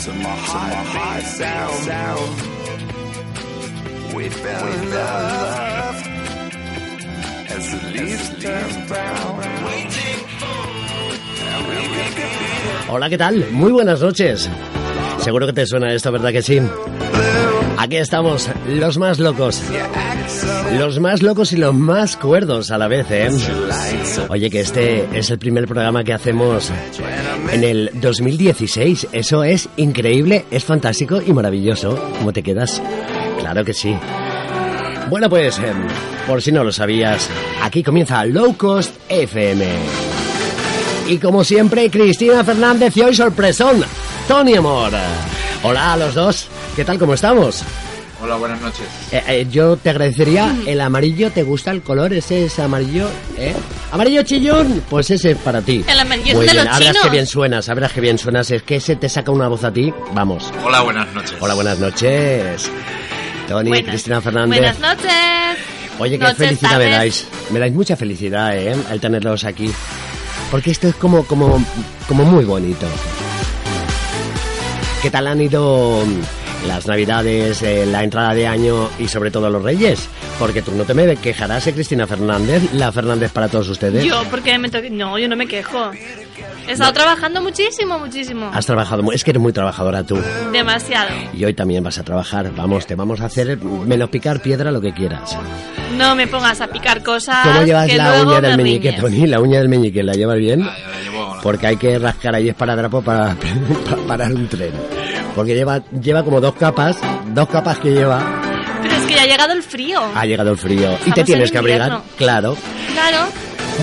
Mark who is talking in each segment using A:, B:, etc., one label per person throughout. A: to my hot, hot sound. We fell in love as the leaves turn brown. Waiting for and we could be
B: Hola, ¿qué tal? Muy buenas noches. Seguro que te suena esto, ¿verdad que sí? Aquí estamos, los más locos. Los más locos y los más cuerdos a la vez, ¿eh? Oye, que este es el primer programa que hacemos en el 2016. Eso es increíble, es fantástico y maravilloso. ¿Cómo te quedas? Claro que sí. Bueno, pues, em, por si no lo sabías, aquí comienza Low Cost FM. Y como siempre, Cristina Fernández y hoy sorpresón, Tony Amor. Hola a los dos, ¿qué tal? ¿Cómo estamos?
C: Hola, buenas noches.
B: Eh, eh, yo te agradecería el amarillo, ¿te gusta el color? Ese es amarillo, ¿eh? ¿Amarillo chillón? Pues ese es para ti.
D: El amarillo es
B: Muy
D: de
B: bien,
D: los
B: ahora
D: chinos.
B: que bien suenas, ahora que bien suenas, es que ese te saca una voz a ti, vamos.
C: Hola, buenas noches.
B: Hola, buenas noches. Tony,
D: Buenas-
B: Cristina Fernández.
D: Buenas noches.
B: Oye, qué
D: Noches,
B: felicidad me
D: tardes.
B: dais. Me dais mucha felicidad, ¿eh? Al tenerlos aquí. Porque esto es como, como, como muy bonito. ¿Qué tal han ido las navidades, eh, la entrada de año y sobre todo los reyes? Porque tú no te me quejarás, ¿eh, Cristina Fernández? La Fernández para todos ustedes.
D: Yo, porque me toque... No, yo no me quejo. He estado trabajando muchísimo, muchísimo.
B: Has trabajado, mu- es que eres muy trabajadora tú.
D: Demasiado.
B: Y hoy también vas a trabajar. Vamos, te vamos a hacer menos picar piedra lo que quieras.
D: No me pongas a picar cosas.
B: ¿Cómo llevas
D: que
B: la
D: luego
B: uña
D: me
B: del meñique,
D: riñes.
B: Tony? La uña del meñique, ¿la llevas bien?
C: Ah, yo la llevo-
B: Porque hay que rascar ahí esparadrapo para, para parar un tren. Porque lleva, lleva como dos capas, dos capas que lleva.
D: Pero es que ya ha llegado el frío.
B: Ha llegado el frío. y
D: Estamos
B: te
D: en
B: tienes que abrigar,
D: invierno.
B: claro.
D: Claro.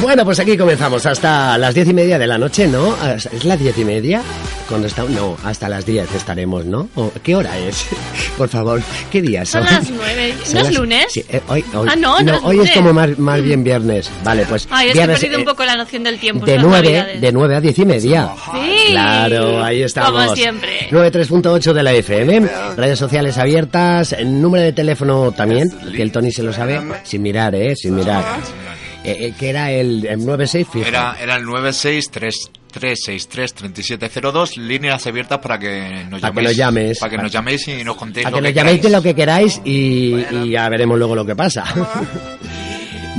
B: Bueno, pues aquí comenzamos hasta las diez y media de la noche, ¿no? ¿Es las diez y media? Cuando está, no, hasta las diez estaremos, ¿no? ¿O ¿Qué hora es? Por favor, ¿qué día es
D: Son
B: hoy?
D: las nueve. ¿No
B: Son
D: es
B: las-
D: lunes?
B: Sí, eh, hoy, hoy-
D: Ah, no, no es
B: hoy
D: lunes.
B: es como más, más bien viernes. Vale, pues.
D: Ay, es que he
B: viernes,
D: perdido
B: eh,
D: un poco la noción del tiempo.
B: de
D: estas
B: 9,
D: navidades.
B: de 9 a 10 y media.
D: Sí.
B: Claro, ahí estamos.
D: Como siempre.
B: 93.8 de la FM. Redes sociales abiertas. Número de teléfono también, que el Tony se lo sabe. Sin mirar, ¿eh? Sin mirar. Eh, eh, que era el, el 96, fijo.
C: Era, era el 963-363-3702, líneas abiertas para que nos llaméis.
B: Para que nos llames.
C: Para que nos llaméis y nos contéis
B: A
C: lo
B: que
C: que
B: nos llaméis de
C: queráis.
B: lo que queráis y, y ya veremos luego lo que pasa.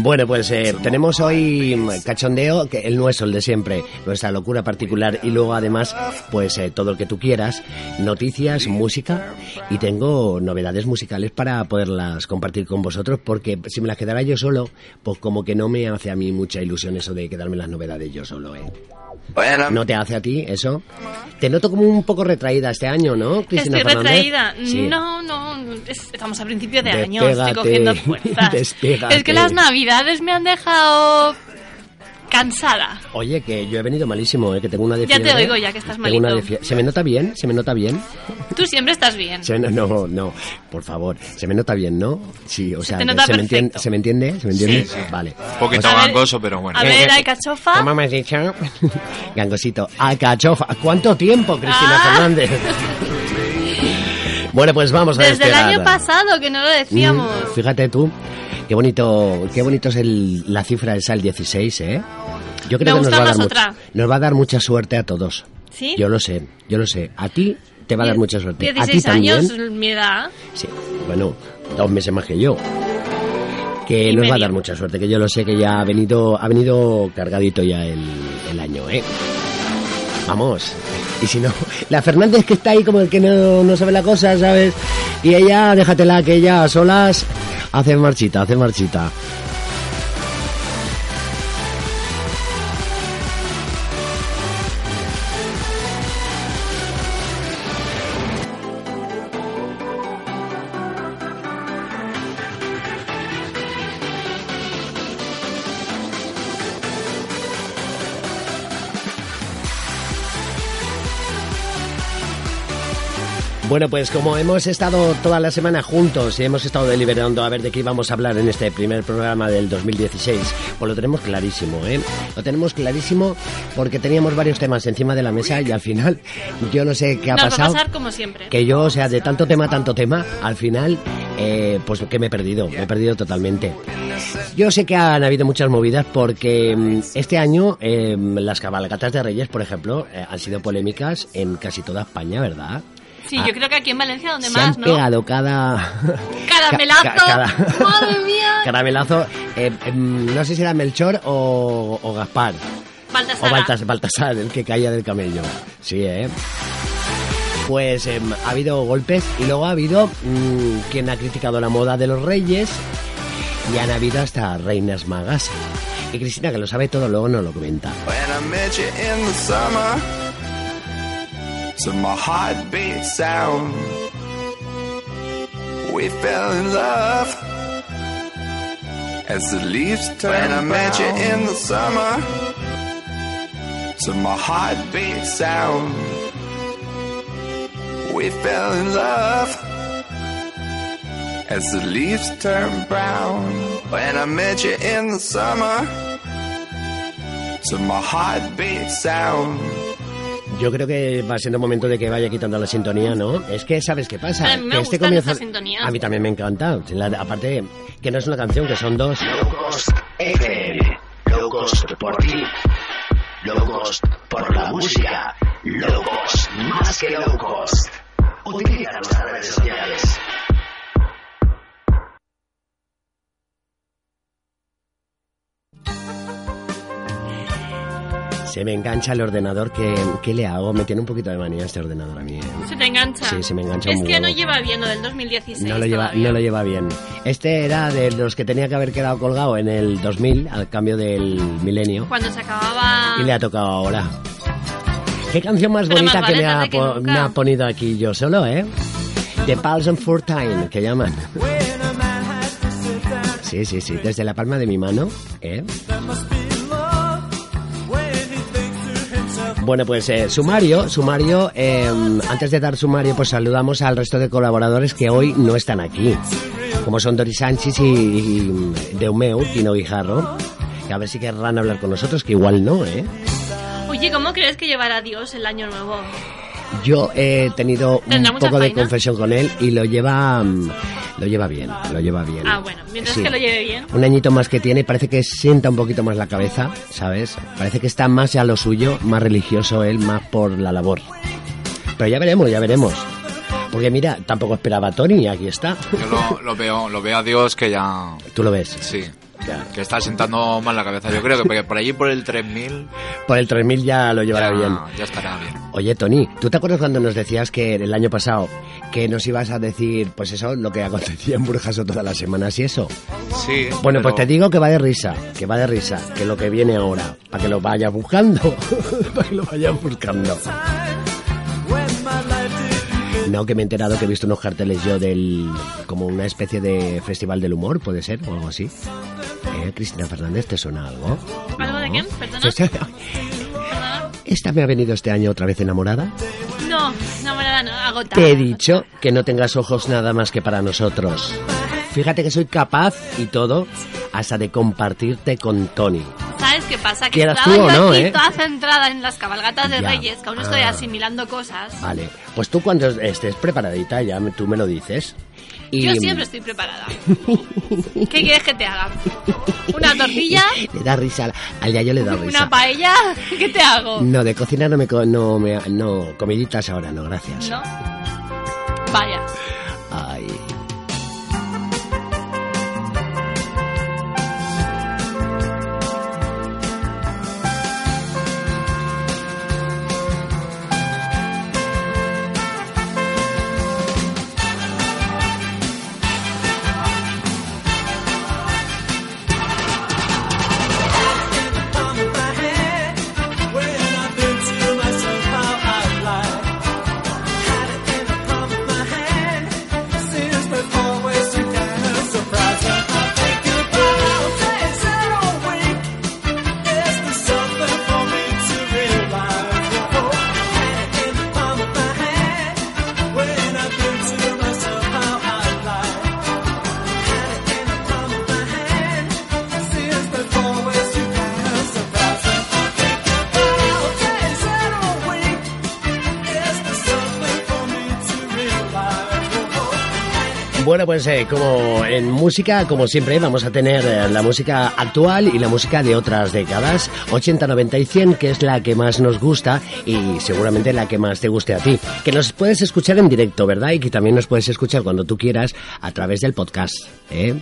B: Bueno, pues eh, tenemos hoy mm, cachondeo, que el nuestro, el de siempre, nuestra locura particular y luego además, pues eh, todo lo que tú quieras, noticias, música y tengo novedades musicales para poderlas compartir con vosotros porque si me las quedara yo solo, pues como que no me hace a mí mucha ilusión eso de quedarme las novedades yo solo, ¿eh?
A: When I'm
B: ¿No te hace a ti eso? Te noto como un poco retraída este año, ¿no, Cristina
D: Estoy
B: Fernández?
D: retraída.
B: Sí.
D: No, no, es- estamos a principios de año,
B: Despégate,
D: estoy cogiendo fuerzas.
B: despégate.
D: Es que las navidades me han dejado cansada.
B: Oye, que yo he venido malísimo, ¿eh? que tengo una de
D: Ya te
B: fiebre.
D: oigo ya que estás
B: Tengo una
D: malito.
B: de fie- ¿Se me nota bien? ¿Se me nota bien?
D: Tú siempre estás bien.
B: Se- no, no, no, por favor. ¿Se me nota bien, no? Sí, o sea,
D: te nota
B: ¿se, me entien-
D: perfecto.
B: ¿se me entiende? ¿Se me entiende?
C: Sí, sí.
B: Vale.
C: Un poquito
D: A ver-
C: gangoso, pero bueno.
D: A
B: Eh,
D: ver, hay cachofa.
B: ¿Cómo me has dicho? Gangosito. Alcachofa. ¿Cuánto tiempo, Cristina
D: Ah.
B: Fernández? bueno, pues vamos a
D: Desde el
B: despegar.
D: año pasado que no lo decíamos.
B: Mm, Fíjate tú, qué bonito, qué bonito es el- la cifra esa, el 16, ¿eh? Yo creo
D: Me
B: que nos
D: gusta
B: va, a dar
D: más
B: much-
D: otra.
B: nos va a dar mucha suerte a todos.
D: ¿Sí?
B: Yo lo sé, yo lo sé. A ti te va a dar mucha suerte. a ti
D: 16
B: también.
D: años, mi edad.
B: Sí, bueno, dos meses más que yo. Que
D: Y
B: nos va a
D: medio.
B: dar mucha suerte, que yo lo sé que ya ha venido, ha venido cargadito ya el, el año, ¿eh? Vamos. Y si no, la Fernández que está ahí como el que no, no sabe la cosa, ¿sabes? Y ella, déjatela, que ella a solas hace marchita, hace marchita. Bueno, pues como hemos estado toda la semana juntos y hemos estado deliberando a ver de qué íbamos a hablar en este primer programa del 2016, pues lo tenemos clarísimo, ¿eh? Lo tenemos clarísimo porque teníamos varios temas encima de la mesa y al final yo no sé qué ha
D: Nos va a
B: pasado.
D: pasar como siempre.
B: Que yo, o sea, de tanto tema, tanto tema, al final, eh, pues que me he perdido, me he perdido totalmente. Yo sé que han habido muchas movidas porque mm, este año eh, las cabalgatas de Reyes, por ejemplo, eh, han sido polémicas en casi toda España, ¿verdad?
D: Sí,
B: Ah,
D: yo creo que aquí en Valencia donde
B: Se han
D: más, ¿no?
B: pegado cada...
D: Caramelazo.
B: ca- cada-
D: Madre mía.
B: Caramelazo, eh, em, no sé si era Melchor o, o Gaspar.
D: Baltasara.
B: O Baltas- Baltasar, el que caía del camello. Sí, ¿eh? Pues em, ha habido golpes y luego ha habido mm, quien ha criticado la moda de los reyes y han habido hasta reinas magas. Y Cristina, que lo sabe todo, luego nos lo comenta.
A: When I met you in the summer, to my heartbeat sound, we fell in love as the leaves turn. When I met you in the summer, to my heartbeat sound, we fell in love as the leaves turn brown. When I met you in the summer to my heartbeat sound.
B: Yo creo que va siendo momento de que vaya quitando la sintonía, ¿no? Es que, ¿sabes qué pasa?
D: A mí me
B: que este
D: gustan estas sintonías.
B: A mí también me encanta. La- aparte, que no es una canción, que son dos.
E: Locos FM, locos por ti, locos por la música, locos más que locos. Utiliza nuestras redes sociales.
B: Se me engancha el ordenador. que qué le hago? Me tiene un poquito de manía este ordenador a mí. ¿eh?
D: Se te engancha.
B: Sí, se me engancha
D: Es
B: un
D: que
B: huevo.
D: no lleva bien lo del 2016.
B: No lo, lleva,
D: todavía.
B: no lo lleva bien. Este era de los que tenía que haber quedado colgado en el 2000, al cambio del milenio.
D: Cuando se acababa.
B: Y le ha tocado ahora. Qué canción más
D: Pero más
B: bonita que,
D: vale
B: me ha,
D: tarde que
B: po-
D: nunca.
B: me ha ponido aquí yo solo, ¿eh? The Pulse and Four Time, que llaman. Sí, sí, sí, desde la palma de mi mano, ¿eh? Bueno, pues eh, sumario, sumario. eh, antes de dar sumario, pues saludamos al resto de colaboradores que hoy no están aquí. Como son Doris Sánchez y, y Deumeu, Pino Guijarro. Que a ver si querrán hablar con nosotros, que igual no, ¿eh?
D: Oye, ¿cómo crees que llevará Dios el año nuevo?
B: Yo he tenido un
D: Tendrá mucha
B: poco de
D: faena.
B: confesión con él y lo lleva mm, lo lleva bien, lo lleva bien.
D: Ah, bueno, mientras
B: Sí.
D: que lo lleve bien.
B: Un añito más que tiene, parece que sienta un poquito más la cabeza, ¿sabes? Parece que está más a lo suyo, más religioso él, más por la labor. Pero ya veremos, ya veremos. Porque mira, tampoco esperaba a Tony y aquí está.
C: Yo lo, lo veo, lo veo a Dios que ya.
B: Tú lo ves.
C: Sí.
B: Ya.
C: Que está sentando mal la cabeza. Yo creo que por- por allí por el 3000
B: Por el 3000 ya lo llevará
C: ya,
B: bien.
C: ya estará bien.
B: Oye, Tony, ¿tú te acuerdas cuando nos decías que el año pasado que nos ibas a decir, pues eso, lo que acontecía en Burjaso todas las semanas y eso?
C: Sí.
B: Bueno, pues te
C: pero-
B: digo que va de risa, que va de risa, que lo que viene ahora, para que lo vayas buscando, para que lo vayas buscando. No, que me he enterado que he visto unos carteles yo del... como una especie de festival del humor, puede ser, o algo así. Eh, Cristina Fernández, ¿te suena algo?
D: ¿Algo de
B: No. Pues,
D: quién? Perdona. ¿Perdona?
B: Esta me ha venido este año otra vez enamorada.
D: No, enamorada no, agotada.
B: Te he dicho que no tengas ojos nada más que para nosotros. Fíjate que soy capaz y todo hasta de compartirte con Tony.
D: ¿Sabes qué pasa? Que
B: Quieras
D: estaba
B: tú o
D: yo
B: no,
D: aquí
B: ¿eh?
D: toda centrada en las cabalgatas de
B: Ya.
D: Reyes, que aún estoy
B: Ah.
D: asimilando cosas.
B: Vale, pues tú cuando estés preparadita ya me- tú me lo dices. Y
D: Yo siempre estoy preparada. ¿Qué quieres que te haga? ¿Una tortilla?
B: Le da risa, al- al yayo le da risa. Mm.
D: ¿Una paella? ¿Qué te hago?
B: No, de cocina no me, co- no me... No, comiditas ahora no, gracias.
D: No. Vaya.
B: Ay.
F: Since the
B: Bueno, pues eh, como en música, como siempre, vamos a tener eh, la música actual y la música de otras décadas, 80, 90 y 100, que es la que más nos gusta y seguramente la que más te guste a ti. Que nos puedes escuchar en directo, ¿verdad? Y que también nos puedes escuchar cuando tú quieras a través del podcast, ¿eh?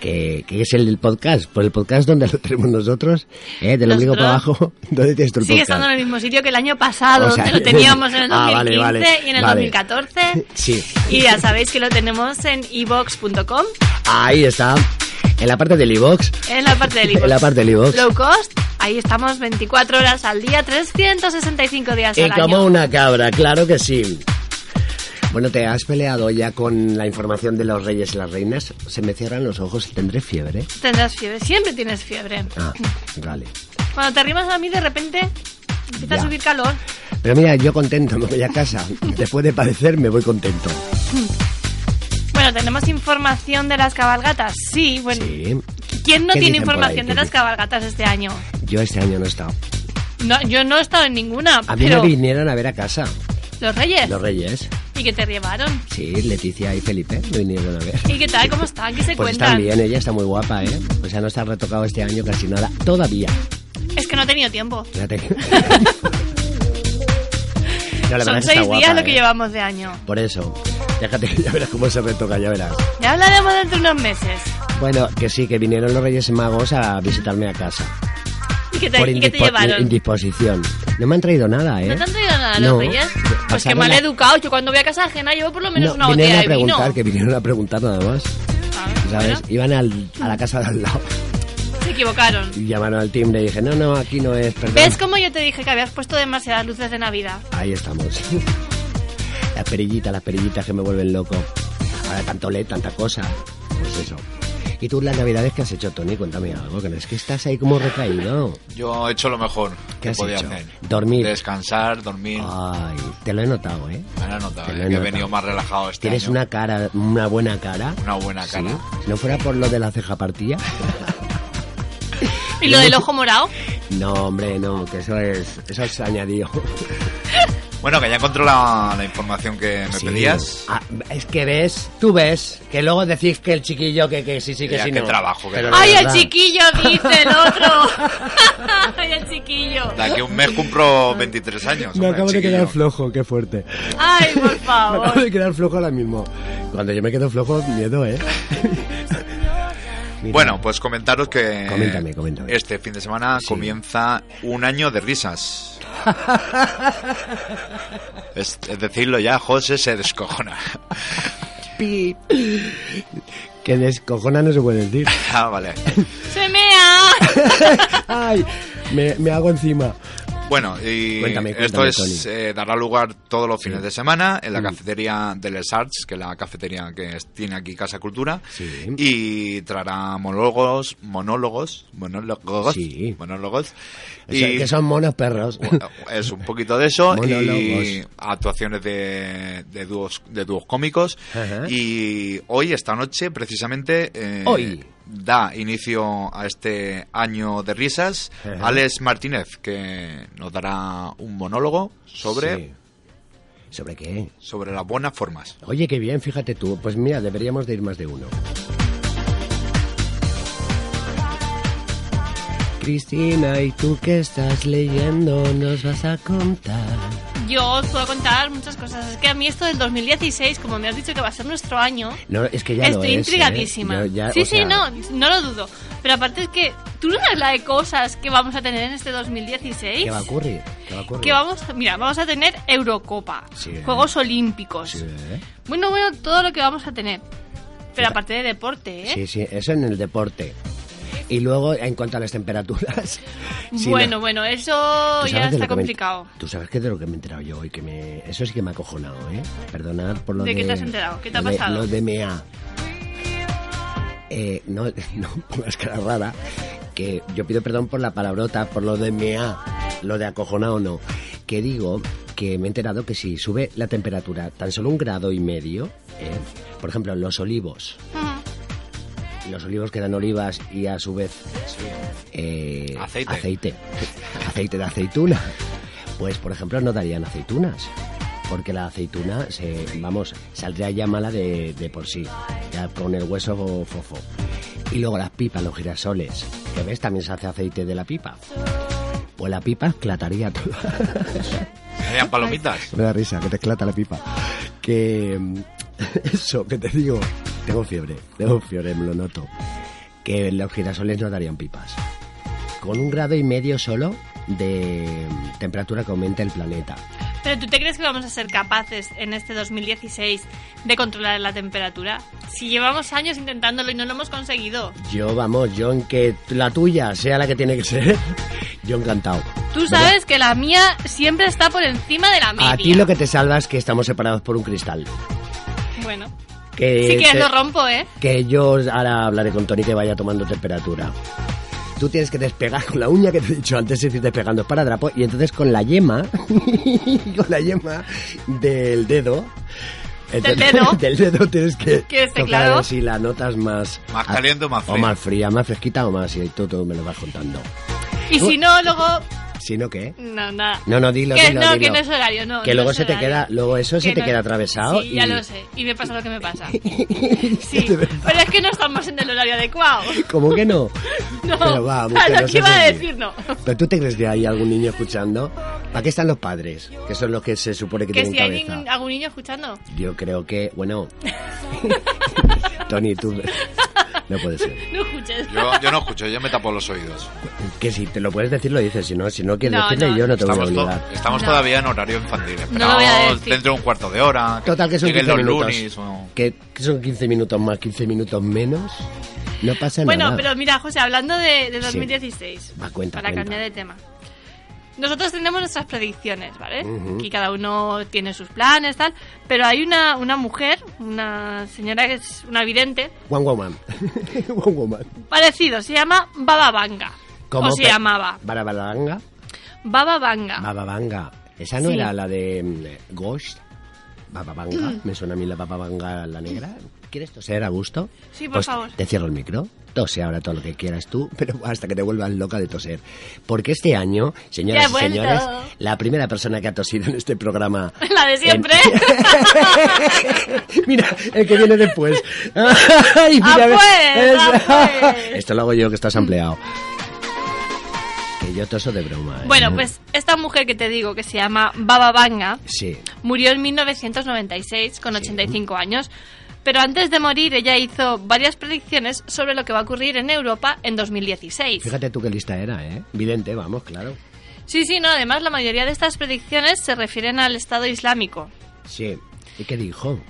B: ¿Qué, qué es el del podcast? Pues el podcast donde lo tenemos nosotros, ¿eh? del ombligo
D: Nosotros.
B: para abajo. ¿Dónde tienes tú el
D: Sigue
B: podcast?
D: estando en el mismo sitio que el año pasado,
B: O sea,
D: donde lo teníamos en el 2015
B: ah, vale, vale,
D: y en el
B: vale.
D: 2014.
B: Sí.
D: Y ya sabéis que lo tenemos en ebox.com,
B: Ahí está. En la parte del iBox.
D: en la parte del iVoox.
B: En la parte del iVoox.
D: Low cost, ahí estamos 24 horas al día, 365 días
B: Y
D: al
B: Eh, como
D: año.
B: una cabra, claro que sí. Bueno, ¿te has peleado ya con la información de los reyes y las reinas? Se me cierran los ojos y tendré fiebre.
D: Tendrás fiebre, siempre tienes fiebre.
B: Ah, vale.
D: Cuando te arrimas a mí, de repente empieza
B: Ya.
D: a subir calor.
B: Pero mira, yo contento, me voy a casa. Después de padecer, me voy contento.
D: Bueno, tenemos información de las cabalgatas. Sí, bueno.
B: Sí.
D: ¿Quién no
B: ¿Qué
D: tiene
B: dicen por
D: información
B: ahí?
D: de las cabalgatas este año?
B: Yo este año no he estado.
D: No, yo no he estado en ninguna,
B: A mí
D: pero
B: me vinieron a ver a casa
D: los reyes.
B: los reyes.
D: ¿Y qué te llevaron?
B: Sí, Leticia y Felipe me vinieron a ver.
D: ¿Y qué tal? ¿Cómo están? ¿Qué se
B: Pues está
D: cuentan?
B: bien, ella está muy guapa, ¿eh? O sea, no está retocado este año casi nada. Todavía.
D: Es que no he tenido tiempo.
B: Fíjate. No, la verdad
D: Son
B: es que está
D: seis
B: guapa,
D: días lo
B: ¿eh?
D: que llevamos de año.
B: Por eso. Déjate que ya verás cómo se retoca, ya verás.
D: Ya hablaremos dentro de unos meses.
B: Bueno, que sí, que vinieron los Reyes Magos a visitarme a casa.
D: ¿Y qué te, y qué te
B: indispo-
D: llevaron?
B: indisposición. No me han traído nada, ¿eh?
D: ¿No te han traído nada
B: No.
D: los reyes? Pues que
B: Pasaron
D: mal
B: la-
D: educados. Yo cuando voy a casa ajena llevo por lo menos
B: No,
D: una
B: vinieron
D: botella
B: a
D: de vino.
B: preguntar, que vinieron a preguntar nada más.
D: Ah,
B: ¿Sabes?
D: bueno,
B: Iban al- a la casa de al lado
D: se equivocaron.
B: y llamaron al timbre y dije, no, no, aquí no es, perdón.
D: ¿Ves cómo yo te dije que habías puesto demasiadas luces de Navidad?
B: Ahí estamos. Las perillitas, las perillitas que me vuelven loco. Ahora tanto LED, tanta cosa. Pues eso. ¿Y tú las navidades que has hecho, Tony? Cuéntame algo, que no es que estás ahí como recaído.
C: Yo he hecho lo mejor
B: ¿Qué
C: que
B: has
C: podía
B: hecho?
C: hacer.
B: Dormir. Ah,
C: Descansar, dormir.
B: Ay, te lo he notado, ¿eh?
C: Me han notado,
B: Te lo he
C: eh, que he
B: notado.
C: venido más relajado este
B: Tienes
C: año.
B: una cara, una buena cara.
C: Una buena
B: Sí.
C: cara.
B: Si no fuera por lo de la ceja partida.
D: ¿Y lo del ojo morado?
B: No, hombre, no, que eso es, eso es añadido.
C: Bueno, que ya encontré la, la información que me
B: Sí.
C: pedías.
B: Ah, es que ves, tú ves, que luego decís que el chiquillo que, que sí, sí, que
C: Ya,
B: sí,
C: qué
B: no.
C: trabajo, qué
B: Pero
C: trabajo.
B: de
D: ¡Ay, el
B: verdad.
D: chiquillo! Dice el otro. ¡Ay, el chiquillo!
C: De aquí a un mes cumplo 23 años.
B: Me
C: hombre,
B: acabo de
C: chiquillo. Ah,
B: quedar flojo, qué fuerte.
D: ¡Ay, por
B: Me acabo
D: favor!
B: de quedar flojo ahora mismo. Cuando yo me quedo flojo, miedo, ¿eh? Mira,
C: Bueno, pues comentaros que
B: Coméntame, coméntame.
C: este fin de semana comienza un año de risas. es, es decirlo ya, José se descojona.
B: pi, pi. Que descojona no se puede decir.
C: ah, vale.
D: ¡Se mea!
B: Ay, me, me hago encima.
C: Bueno, y
B: Cuéntame,
C: esto
B: cuéntame,
C: es,
B: Tony. Mm.
C: eh, dará lugar todos los fines de semana en la cafetería de Les Arts, que es la cafetería que es- tiene aquí Casa Cultura,
B: Sí.
C: y traerá monólogos, monólogos, monólogos,
B: Sí.
C: monólogos,
B: O sea,
C: y
B: que son monos perros.
C: es un poquito de eso y
B: Monólogos.
C: actuaciones de, de dúos de dúos cómicos
B: Ajá.
C: y hoy esta noche precisamente eh,
B: Hoy.
C: da inicio a este año de risas
B: Ajá.
C: Alex Martínez que nos dará un monólogo sobre
B: Sí. ¿Sobre qué?
C: sobre las buenas formas
B: Oye, qué bien, fíjate tú. Pues mira, deberíamos de ir más de uno. Cristina, ¿y tú qué estás leyendo? Nos vas a contar.
D: Yo os puedo contar muchas cosas. Es que a mí esto del 2016, como me has dicho que va a ser nuestro año,
B: No, es que ya lo
D: estoy
B: es, ¿eh?
D: intrigadísima.
B: Yo ya,
D: sí,
B: o
D: sí,
B: sea,
D: no, no lo dudo. Pero aparte es que tú no sabes la de cosas que vamos a tener en este 2016.
B: ¿Qué va a ocurrir? ¿Qué va a ocurrir?
D: Que vamos, mira, vamos a tener Eurocopa,
B: Sí.
D: Juegos Olímpicos.
B: Sí, ¿eh?
D: Bueno, bueno, todo lo que vamos a tener. Pero aparte de deporte, ¿eh?
B: sí, sí, eso en el deporte. Y luego, en cuanto a las temperaturas. sí,
D: bueno,
B: no.
D: bueno, eso
B: Tú sabes
D: ya
B: de lo
D: está
B: que me-
D: complicado.
B: Tú sabes que de lo que me he enterado yo hoy, que me... Eso sí que me ha acojonado, ¿eh? Perdonad por lo de...
D: ¿De qué te has enterado? ¿Qué te ha
B: lo de-
D: pasado?
B: Lo de MEA. Eh, no, no pongas cara rara, que yo pido perdón por la palabrota, por lo de MEA, lo de acojonado no. Que digo que me he enterado que si sube la temperatura tan solo un grado y medio, ¿eh? por ejemplo, los olivos,
D: Ujú.
B: los olivos que dan olivas y a su vez eh,
C: Aceite.
B: aceite aceite de aceituna pues por ejemplo no darían aceitunas porque la aceituna, se, vamos, saldría ya mala de, de por sí, ya con el hueso fofo. Y luego las pipas, los girasoles, que ves, también se hace aceite de la pipa. Pues la pipa esclataría todo.
C: Serían palomitas.
B: Me da risa, que te esclata la pipa. Que. mm, Eso, que te digo. Tengo fiebre, tengo fiebre, me lo noto. Que los girasoles no darían pipas. Con un grado y medio solo de mm, temperatura que aumenta el planeta.
D: Pero ¿tú te crees que vamos a ser capaces en este 2016 de controlar la temperatura? Si llevamos años intentándolo y no lo hemos conseguido.
B: Yo, vamos, yo en que la tuya sea la que tiene que ser, yo encantado.
D: Tú sabes que la mía siempre está por encima de la media.
B: A ti lo que te salva es que estamos separados por un cristal.
D: Bueno.
B: Que
D: sí que
B: te-
D: lo rompo, ¿eh?
B: Que yo ahora hablaré con Tony que vaya tomando temperatura. Tú tienes que despegar con la uña que te he dicho antes, ir despegando para drapo y entonces con la yema, con la yema del dedo.
D: dedo.
B: Del dedo tienes que
D: Que esté
B: tocar
D: claro.
B: a ver si la notas más...
C: Más caliente o más
B: O
C: fría.
B: más fría, más fresquita o más... Y tú, tú me lo vas contando.
D: Y si no, luego...
B: Si no, ¿qué?
D: No, nada.
B: No, no, dilo,
D: que
B: dilo,
D: no,
B: dilo.
D: que no es horario, no.
B: Que
D: no
B: luego
D: es
B: se te
D: horario.
B: queda... Luego eso se
D: Que
B: te
D: no-
B: queda atravesado
D: Sí,
B: y...
D: ya lo sé. Y me pasa lo que me pasa. Sí.
B: De verdad.
D: Pero es que no estamos en el horario adecuado.
B: ¿Cómo que no?
D: No.
B: Pero vamos,
D: Ah,
B: que
D: lo
B: no
D: que
B: se
D: iba a
B: puede.
D: decir no.
B: ¿Pero tú te crees que hay algún niño escuchando? ¿Para qué están los padres? Que son los que se supone que,
D: Que
B: tienen
D: si hay
B: cabeza.
D: ningún- algún niño escuchando.
B: Yo creo que, bueno... Tony, tú... No puede ser.
D: No escuches.
C: Yo, yo no escucho, yo me tapo los oídos.
B: Que si te lo puedes decir, lo dices. Si no, si no quieres
D: No,
B: decirlo,
D: no.
B: yo no te
C: Estamos,
B: voy a
C: to-
B: obligar.
C: estamos
D: No.
C: todavía en horario infantil.
D: No lo voy a
C: Esperamos
D: decir.
C: dentro de un cuarto de hora.
B: Total, que son
C: lleguen
B: 15
C: los
B: minutos.
C: lunes. o-
B: Que que son 15 minutos más, 15 minutos menos. No pasa
D: Bueno,
B: nada.
D: pero mira, José, hablando de, de
B: Sí.
D: 2016,
B: Va, cuenta,
D: para
B: cuenta.
D: cambiar de tema. Nosotros tenemos nuestras predicciones, ¿vale?
B: Ujú.
D: Y cada uno tiene sus planes, tal. Pero hay una, una mujer, una señora que es una vidente,
B: One woman. One woman.
D: parecido, se llama Baba Vanga.
B: ¿Cómo
D: o se
B: que-
D: llamaba
B: Barabanga.
D: Baba Vanga.
B: Bababanga. Esa no
D: Ah. Sí.
B: era la de mm, Ghost. Bababanga.
D: Mm.
B: Me suena a mí la Bababanga la negra. ¿Quieres toser a gusto?
D: Sí, por
B: Pues
D: favor.
B: Te cierro el micro. Tose ahora todo lo que quieras tú, pero hasta que te vuelvas loca de toser. Porque este año,
D: Ya
B: señoras
D: he
B: y
D: vuelto.
B: señores, la primera persona que ha tosido en este programa.
D: La de siempre.
B: Mira, el que viene después. Ay,
D: Ah,
B: mira,
D: pues, ah, pues.
B: Esto lo hago yo que estás ampliado. Que yo toso de broma. ¿eh?
D: bueno, pues esta mujer que te digo, que se llama Baba Vanga,
B: Sí.
D: Murió en 1996 con 85 años, pero antes de morir ella hizo varias predicciones sobre lo que va a ocurrir en Europa en 2016.
B: Fíjate tú qué lista era, ¿eh? Vidente, vamos, claro.
D: Sí, sí, no, además la mayoría de estas predicciones se refieren al Estado Islámico.
B: Sí. ¿Y qué dijo?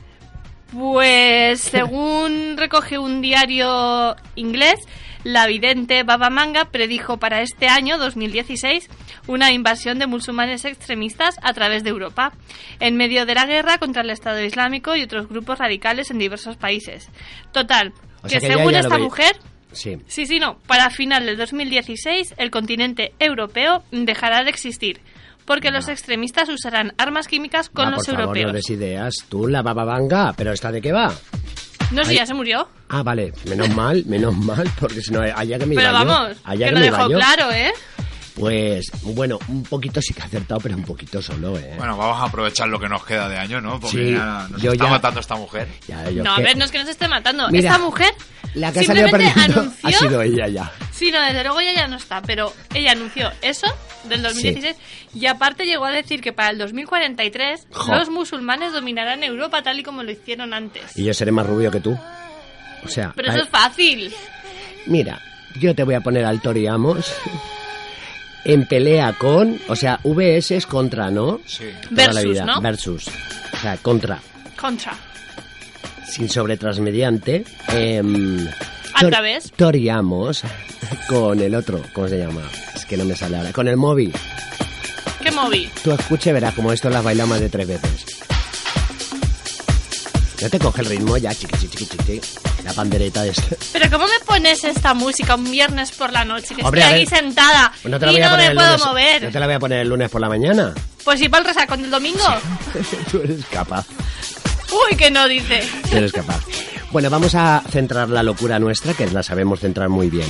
D: Pues según recoge un diario inglés, la vidente Baba Manga predijo para este año 2016 una invasión de musulmanes extremistas a través de Europa, en medio de la guerra contra el Estado Islámico y otros grupos radicales en diversos países. Total,
B: O
D: que,
B: sea que ya-
D: según
B: ya lo
D: esta
B: veis.
D: mujer,
B: Sí.
D: sí, sí, no, para final del 2016 el continente europeo dejará de existir. Porque los extremistas usarán armas químicas con
B: Va,
D: los
B: por favor, no
D: europeos.
B: des ideas. Tú, la bababanga, pero ¿esta de qué va?
D: no sé,
B: Ay.
D: ya se murió.
B: Ah, vale, menos mal, menos mal, porque si no, allá que me
D: Pero
B: iba yo,
D: vamos,
B: allá
D: que
B: que
D: lo
B: me
D: dejó
B: iba yo.
D: claro, ¿eh?
B: Pues, bueno, un poquito sí que ha acertado, pero un poquito solo, ¿eh?
C: Bueno, vamos a aprovechar lo que nos queda de año, ¿no? Porque
B: Sí,
C: ya nos
B: yo
C: está
B: ya-
C: matando esta mujer.
B: Ya, yo
D: no, a
B: que-
D: ver, no es que nos esté matando.
B: Mira,
D: Esta mujer
B: La que ha salido
D: simplemente
B: perdiendo
D: anunció...
B: ha sido ella ya.
D: Sí, no, desde luego ella ya no está, pero ella anunció eso del 2016 y aparte llegó a decir que para el 2043
B: Jo.
D: los musulmanes dominarán Europa tal y como lo hicieron antes.
B: Y yo seré más rubio que tú. O sea,
D: Pero eso
B: vale.
D: es fácil.
B: Mira, yo te voy a poner al Tori Amos en pelea con, o sea, VS es contra, ¿no?
C: Sí.
B: Toda la
D: Versus,
B: vida,
D: ¿no?
B: Versus. O sea, contra.
D: Contra.
B: Sin sobretransmediante. em,
D: A
B: Tor-
D: través.
B: Tori Amos con el otro, ¿cómo se llama? Es que no me sale ahora. Con el móvil.
D: ¿Qué moví?
B: Tú escuche, verás como esto las baila más de tres veces. No te coge el ritmo ya, chiqui, chiqui, chiqui, chiqui. La pandereta es...
D: Pero ¿cómo me pones esta música un viernes por la noche que
B: Hombre, a
D: estoy aquí
B: ver.
D: sentada
B: Pues te la
D: y
B: voy a
D: no
B: poner
D: me
B: el
D: puedo
B: lunes-
D: mover?
B: No te la voy a poner el lunes por la mañana.
D: Pues si va el resacón del domingo.
B: Tú eres capaz.
D: Uy, que no dice.
B: Tú eres capaz. Bueno, vamos a centrar la locura nuestra, que la sabemos centrar muy bien.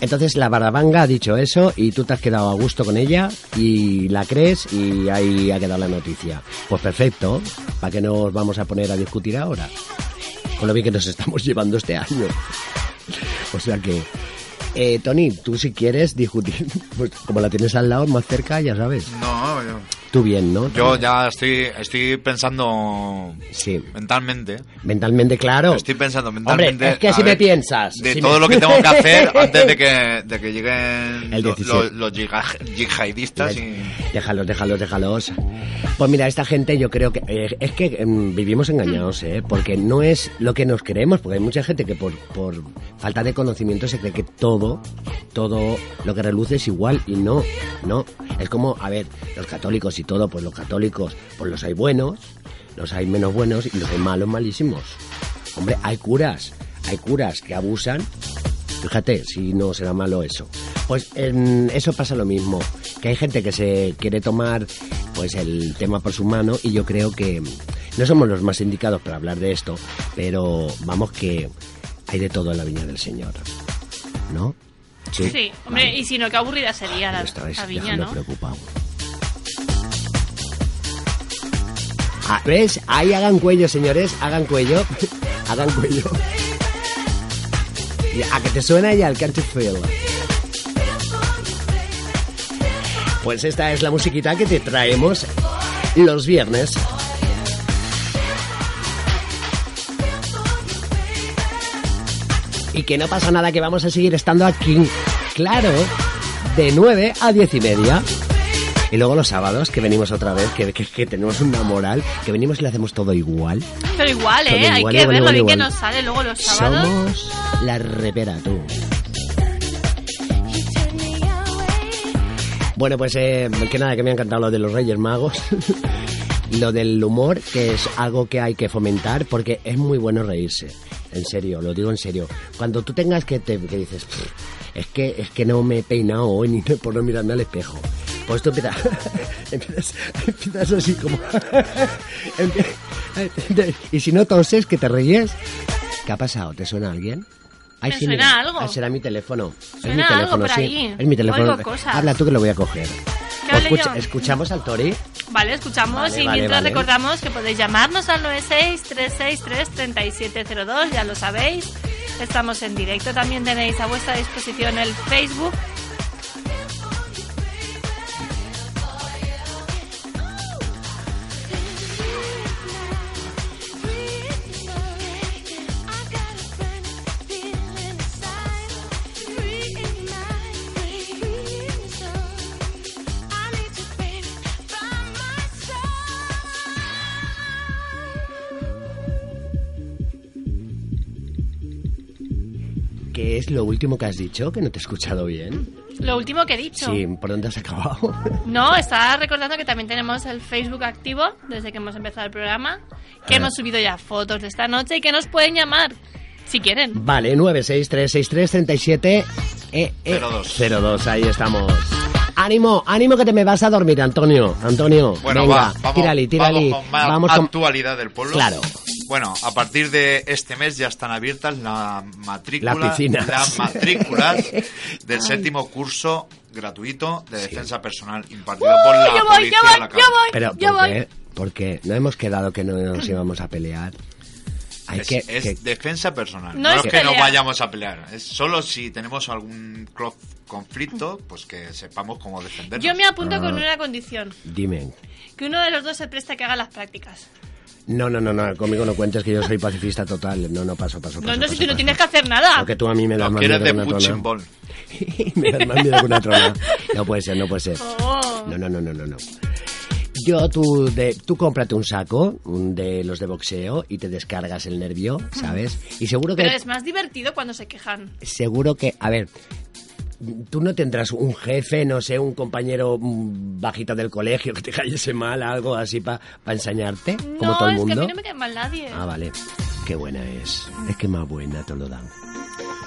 B: Entonces la Bardabanga ha dicho eso y tú te has quedado a gusto con ella y la crees y ahí ha quedado la noticia. Pues perfecto, ¿para qué nos vamos a poner a discutir ahora? Con lo bien que nos estamos llevando este año. O sea que, eh, Tony, tú si quieres discutir, pues como la tienes al lado, más cerca, ya sabes.
C: No, yo,
B: Tú bien, ¿no?
C: yo ya estoy, estoy pensando
B: Sí.
C: mentalmente.
B: Mentalmente, claro.
C: Estoy pensando mentalmente.
B: Hombre, es que
C: a
B: si me
C: ver,
B: piensas.
C: De
B: si
C: todo
B: me-
C: lo que tengo que hacer antes de que, de que lleguen
B: El
C: lo-
B: 17.
C: los, los yiga- yihadistas. Y...
B: Déjalos, déjalos, déjalos. Pues mira, esta gente yo creo que... eh, es que em, vivimos engañados, ¿eh? Porque no es lo que nos creemos, porque hay mucha gente que por, por falta de conocimiento se cree que todo, todo lo que reluce es igual y no, no. Es como, a ver, los católicos y todo, pues los católicos, pues los hay buenos, los hay menos buenos y los hay malos, malísimos. Hombre, hay curas, hay curas que abusan Fíjate, si no será malo eso. Pues en eso pasa lo mismo, que hay gente que se quiere tomar pues el tema por su mano y yo creo que no somos los más indicados para hablar de esto, pero vamos que hay de todo en la viña del Señor. ¿No?
D: Sí, hombre, y si no, qué aburrida sería la,
B: Me estabais
D: la viña,
B: dejando
D: ¿no?
B: preocupado. Ah, ¿Ves? Ahí hagan cuello, señores. Hagan cuello. hagan cuello. Y A que te suena y al Can't You Feel. Pues esta es la musiquita que te traemos los viernes. Y que no pasa nada, que vamos a seguir estando aquí, claro, de 9 a 10 y media. Y luego los sábados, que venimos otra vez, que, que- que tenemos una moral, que venimos y lo hacemos todo igual.
D: Pero igual,
B: Todo
D: ¿eh? Hay
B: igual,
D: que
B: igual,
D: ver lo
B: igual,
D: bien que
B: igual.
D: nos sale luego los sábados.
B: Somos la repera, tú. Bueno, pues eh, que nada, que me ha encantado lo de los Reyes Magos. lo del humor, que es algo que hay que fomentar, porque es muy bueno reírse. En serio, lo digo en serio. Cuando tú tengas que te que dices, "Pff, es que, es que no me he peinado hoy ni por no mirarme al espejo. Pues tú empiezas, empiezas, empiezas así como... empie- y si no toses, que te ríes. ¿Qué ha pasado? ¿Te suena alguien? Ay,
D: Me
B: mira.
D: suena algo.
B: Ah, será mi teléfono. es mi
D: Suena
B: teléfono,
D: algo por
B: sí.
D: ahí.
B: Es mi teléfono.
D: Oigo cosas.
B: Habla tú que lo voy a coger.
D: ¿Qué hable
B: Escucha-
D: yo?
B: escuchamos al Tori.
D: Vale, escuchamos
B: Vale,
D: y
B: vale,
D: mientras
B: vale.
D: recordamos que podéis llamarnos al 963633702, ya lo sabéis. Estamos en directo, también tenéis a vuestra disposición el Facebook.
B: ¿Qué es lo último que has dicho? Que no te he escuchado bien.
D: Lo último que he dicho.
B: Sí, ¿por dónde has acabado?
D: No, estaba recordando que también tenemos el Facebook activo desde que hemos empezado el programa, que
B: Ah.
D: hemos subido ya fotos de esta noche y que nos pueden llamar si quieren.
B: vale, 963633702. Eh, eh,
C: 02.
B: 02, ahí estamos. Ánimo, ánimo que te me vas a dormir, Antonio. Antonio,
C: Bueno,
B: venga,
C: va, vamos,
B: tírale, tírale.
C: vamos con más
B: Vamos con-
C: actualidad del pueblo.
B: Claro.
C: Bueno, a partir de este mes ya están abiertas la matrícula,
B: Las piscinas.
C: las matrículas del séptimo curso gratuito de defensa personal impartido por la
D: yo voy,
C: policía
D: yo voy,
C: local.
D: yo voy,
B: Pero,
D: yo
B: ¿por
D: voy.
B: qué? Porque no hemos quedado que no nos íbamos a pelear. Hay
C: es,
B: que,
C: es
B: que-
C: defensa personal.
D: No
C: No,
D: es
C: es que no
D: pelea.
C: vayamos a pelear. Es solo si tenemos algún clo- conflicto, pues que sepamos cómo defendernos.
D: Yo me apunto con
B: Ah.
D: una condición,
B: Dime.
D: que uno de los dos se preste a que haga las prácticas.
B: Pues No, no, no, no, conmigo no cuentes que yo soy pacifista total. No, no, paso, paso,
D: No,
B: paso,
D: no
B: paso,
D: si tú no
B: paso.
D: tienes que hacer nada.
B: Porque tú a mí me das
C: Lo
B: más
C: que
B: miedo
C: eres
B: que
C: de
B: una trona.
C: punching ball.
B: me das más miedo que una trona. No puede ser, no puede ser.
D: Oh.
B: No, no, no, no, no, no. Yo, tú, de, tú cómprate un saco un de los de boxeo y te descargas el nervio, ¿sabes? Y seguro que...
D: Pero es más divertido cuando se quejan.
B: seguro que, a ver, tú no tendrás un jefe, no sé, un compañero mm, bajita del colegio que te cayese mal, algo así para ensañarte, como
D: no,
B: todo el
D: es
B: mundo.
D: que a mí no me cae mal nadie.
B: Ah, vale. Qué buena es. Es que más buena te lo dan.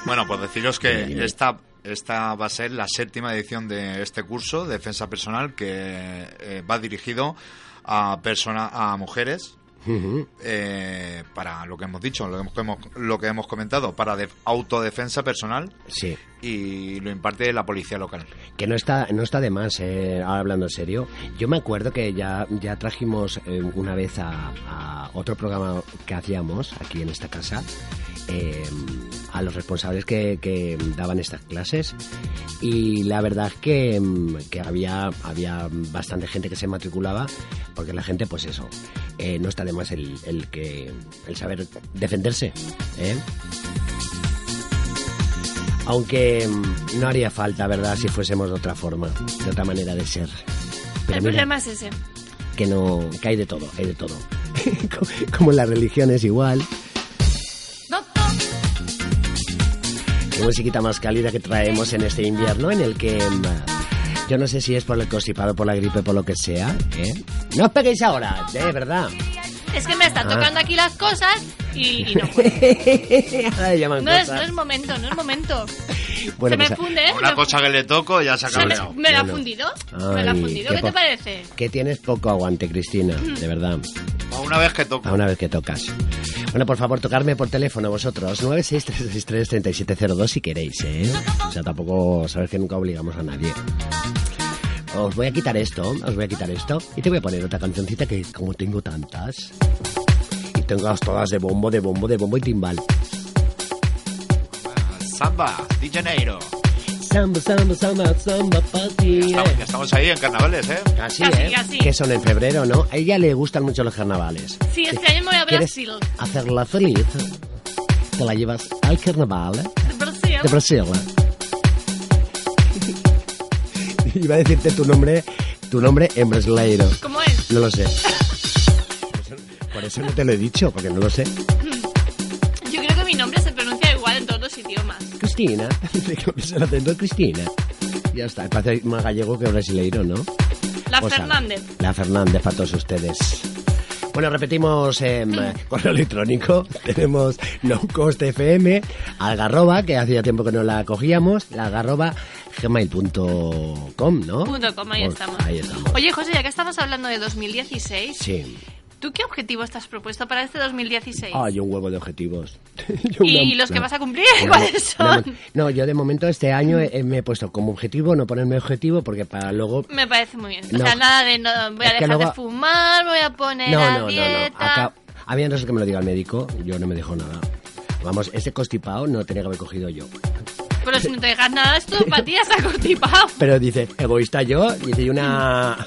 C: Bueno, pues deciros que esta, esta va a ser la séptima edición de este curso, Defensa Personal, que eh, va dirigido a, persona, a mujeres eh, para lo que hemos dicho, lo que hemos, lo que hemos comentado, para de- autodefensa personal
B: Sí.
C: y lo imparte la policía local.
B: Que no está, no está de más, eh, ahora hablando en serio. Yo me acuerdo que ya, ya trajimos eh, una vez a, a otro programa que hacíamos aquí en esta casa eh, a los responsables que, que daban estas clases y la verdad es que, mm, que había, había bastante gente que se matriculaba porque la gente, pues eso, eh, no está de más el, el que, el saber defenderse. ¿eh? Aunque mm, no haría falta, ¿verdad? Si fuésemos de otra forma, de otra manera de ser. Pero
D: el
B: mira,
D: problema es ese.
B: que no, que hay de todo, hay de todo. Co- Como en las religiones igual. Qué musiquita más cálida que traemos en este invierno en el que mm, yo no sé si es por el constipado, por la gripe, por lo que sea. ¿eh? No os peguéis ahora, de verdad.
D: Es que me están
B: Ah.
D: tocando aquí las cosas y, y no.
B: Ahora le llaman
D: No es, no
B: cosas.
D: es momento, no es momento.
B: Pues Bueno,
D: se me
B: pues,
D: funde, ¿eh?
C: Una
D: Me-
C: cosa que le toco ya se ha
D: se me,
C: cabreado.
D: me la ha
B: Bueno.
D: fundido. me la ha
B: ah, Ay,
D: fundido.
B: qué
D: ¿Qué te
B: po-
D: parece?
B: que tienes poco aguante, Cristina, de verdad.
C: A Una vez que toco.
B: a una vez que tocas. Bueno, por favor, tocarme por teléfono vosotros, 963633702 si queréis, ¿eh? O sea, tampoco sabéis que nunca obligamos a nadie. Os voy a quitar esto, os voy a quitar esto y te voy a poner otra cancioncita que como tengo tantas y tengo todas de bombo, de bombo, de bombo y timbal.
C: Samba, de Janeiro.
B: Samba, samba, samba, samba, party.
C: Estamos, ya estamos ahí en carnavales, ¿eh?
B: Así,
D: Casi,
B: ¿eh?
D: casi.
B: Que son en febrero, ¿no? A ella le gustan mucho los carnavales.
D: Sí, este año me voy a
B: ¿Quieres
D: Brasil.
B: hacerla feliz? Te la llevas al carnaval
D: Brasil.
B: de Brasil. Iba a decirte tu nombre, tu nombre en brasileiro.
D: ¿Cómo es?
B: No lo sé. Por eso no te lo he dicho, porque no lo sé.
D: Yo creo que mi nombre se pronuncia igual en todos los idiomas.
B: Cristina. Le cambias el acento, Cristina. Ya está, parece más gallego que brasileiro, ¿no?
D: La
B: Pues ala,
D: Fernández.
B: La Fernández para todos ustedes. Bueno, repetimos em, correo electrónico. Tenemos lowcostfm, algarroba, que hacía tiempo que no la cogíamos, la algarroba gmail.com, ¿no?
D: Punto com, ahí
B: Pues,
D: estamos.
B: Ahí estamos.
D: Oye, José, ya que estamos hablando de 2016,
B: Sí.
D: ¿tú qué objetivo estás propuesto para este 2016?
B: Ay, un huevo de objetivos.
D: ¿Y los que vas a cumplir? ¿Cuáles son?
B: No, yo de momento este año eh, me he puesto como objetivo no ponerme objetivo porque para luego
D: Me parece muy bien. O
B: No.
D: sea, nada de no, voy
B: Es
D: a
B: que
D: dejar
B: luego-
D: de fumar, voy a poner
B: No,
D: a
B: no, no, no.
D: dieta.
B: Acá, a mí a no ser que me lo diga el médico, yo no me dejo nada. Vamos, este constipado no tenía que haber cogido yo.
D: Pero si no te dejas nada, esto para ti ya está constipado.
B: Pero dice, egoísta yo, dice, y una...